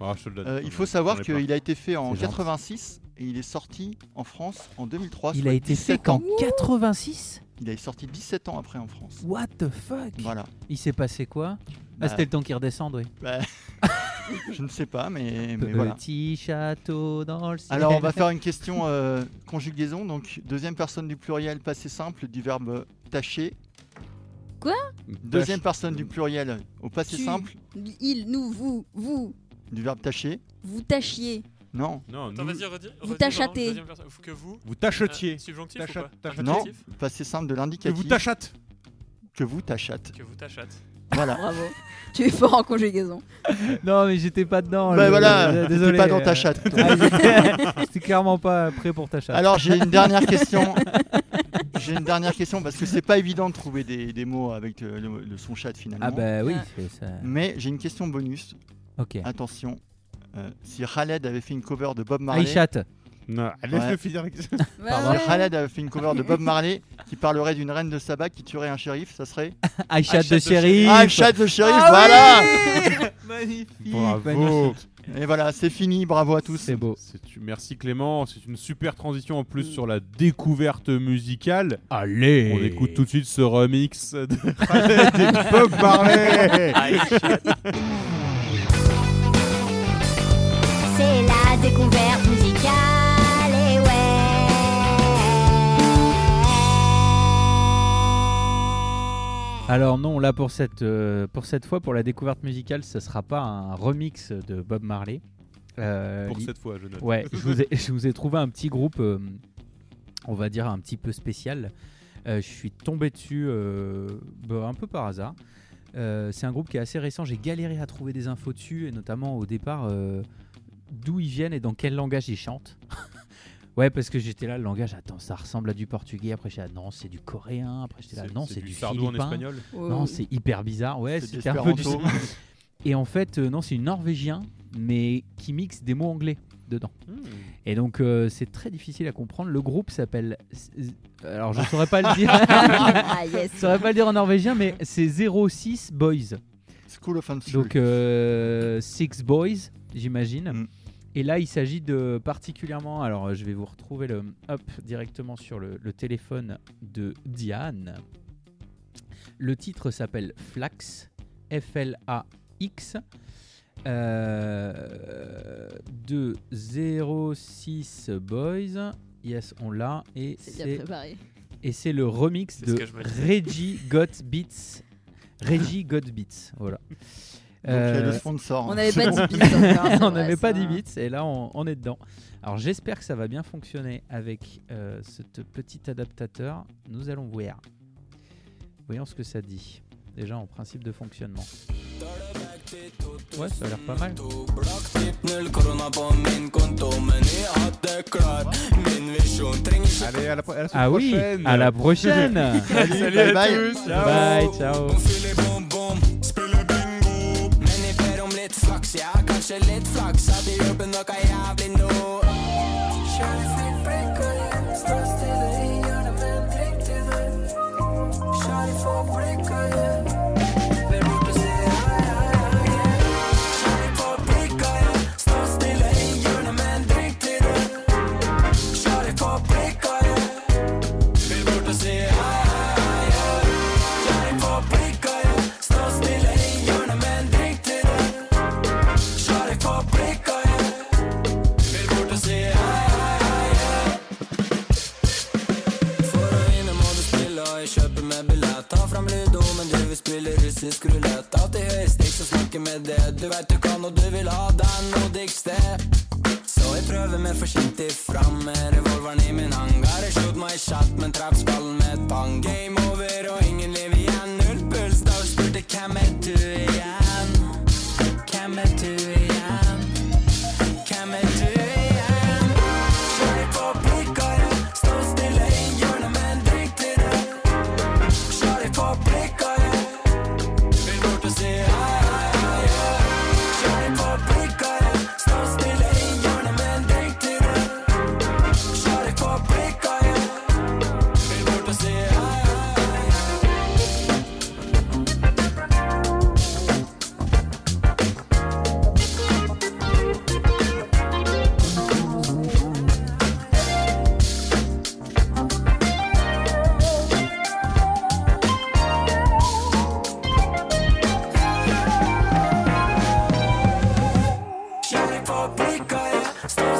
Ah, je te le donne. Euh, il faut savoir J'en ai plein. qu'il a été fait en C'est gentil. 86 et il est sorti en France en 2003. Il soit a été fait 17 qu'en ans. 86 Il est sorti 17 ans après en France. What the fuck Voilà. Il s'est passé quoi Bah, Ah, c'était le temps qu'il redescende, oui. bah, je ne sais pas, Euh, mais, mais voilà. Petit château dans le ciel. Alors, on va faire une question euh, conjugaison. Donc, deuxième personne du pluriel, passé simple, du verbe tâcher. Deuxième personne du pluriel, au passé Tu. simple, Il, nous, vous, vous, du verbe tâcher. vous tâchiez. Non, Non, Attends, nous- vas-y, redis. Vous redis, tâchatez. pardon, deuxième personne. Faut Que vous. Vous euh, tachetiez. Subjonctif ou Tachat- pas tachatez. non, Subjonctif passé simple de Que l'indicatif. vous tachates. que vous tâchâtes. Que vous tâchates. Voilà. Bravo. tu es fort en conjugaison. Non, mais j'étais pas dedans. bah je- voilà, je- t'étais Oh désolé. pas dans ta chatte. Ah, j'étais- J'étais clairement pas prêt pour ta chatte. Alors j'ai une dernière question. J'ai une dernière question parce que c'est pas évident de trouver des, des mots avec euh, le, le son chat finalement. ah bah oui, Ah. c'est ça. Mais j'ai une question bonus. Ok. Attention, Euh, si Khaled avait fait une cover de Bob Marley, Aïe chatte. Non, laisse-le Ouais. finir. Pardon, Khaled avait fait une cover de Bob Marley qui parlerait d'une reine de sabbat qui tuerait un shérif, ça serait Aïe chatte chatte de de chérie. Ah, le chat de shérif, Ah voilà. Magnifique. Bravo. magnifique. Et voilà, c'est fini, bravo à tous. C'est beau. C'est- Merci Clément, c'est une super transition en plus sur la découverte musicale. Allez On écoute tout de suite ce remix de Khaled et Bob Marley C'est la découverte musicale, et ouais. Alors non, là pour cette, euh, pour cette fois, pour la découverte musicale, ce sera pas un remix de Bob Marley. Euh, Pour il- cette fois, je note. Ouais, je vous, ai, je vous ai trouvé un petit groupe, euh, on va dire un petit peu spécial. Euh, je suis tombé dessus euh, bah, un peu par hasard. Euh, c'est un groupe qui est assez récent. J'ai galéré à trouver des infos dessus, et notamment au départ euh, d'où ils viennent et dans quel langage ils chantent. ouais, parce que j'étais là, le langage, attends, ça ressemble à du portugais. Après, j'étais là, non, c'est du coréen. Après, j'étais là, non, c'est du, sardou en philippin. espagnol. Oh Non, c'est hyper bizarre. Ouais, C'est de c'était un peu du. l'espéranto. Et en fait, euh, non, c'est une norvégien, mais qui mixe des mots anglais dedans. Mm. Et donc, euh, c'est très difficile à comprendre. Le groupe s'appelle. Z- Alors, je saurais pas le dire. ah yes. Je saurais pas le dire en norvégien, mais c'est 06 Boys. School of Unsoul. Donc, euh, Six Boys, j'imagine. Mm. Et là, il s'agit de particulièrement. Alors, je vais vous retrouver le hop directement sur le, le téléphone de Diane. Le titre s'appelle Flax, F-L-A-X, euh, de 06 Boys. Yes, on l'a. Et C'est bien c'est préparé. et c'est le remix C'est ce de que je me disais. Reggie Got Beats. Reggie Got Beats, voilà. Euh, Donc, il y a le sponsor. On hein. n'avait pas 10 bits encore. c'est on vrai, n'avait pas ça. 10 bits et là on, on est dedans. Alors j'espère que ça va bien fonctionner avec euh, ce t- petit adaptateur. Nous allons voir. Voyons ce que ça dit. Déjà en principe de fonctionnement. Ouais, ça a l'air pas mal. Allez, à la, pro- à la semaine Ah oui, prochaine. à la prochaine. Salut, bye bye. Bye, ciao. Stå stille, ingen nåddig sted. Så jeg prøver mer forsiktig fram med revolveren i min hangar. Jeg skjøt meg i chat, men traff skallen med pang. Game over og ingen lever igjen. Null puls da hun spurte hvem er du igjen? Hvem er du igjen? Hvem er du igjen? Skjønner på blikkene, stå stille i hjørnet med en drink til det. Skjønner på blikkene, vil bort og si hei, hei, hei. hei. Kjører på blikkene, stå stille i hjørnet med en drink til det. Kjører på blikkene, vil bort og si hei, hei, hei. Kjære fabrikker, jeg står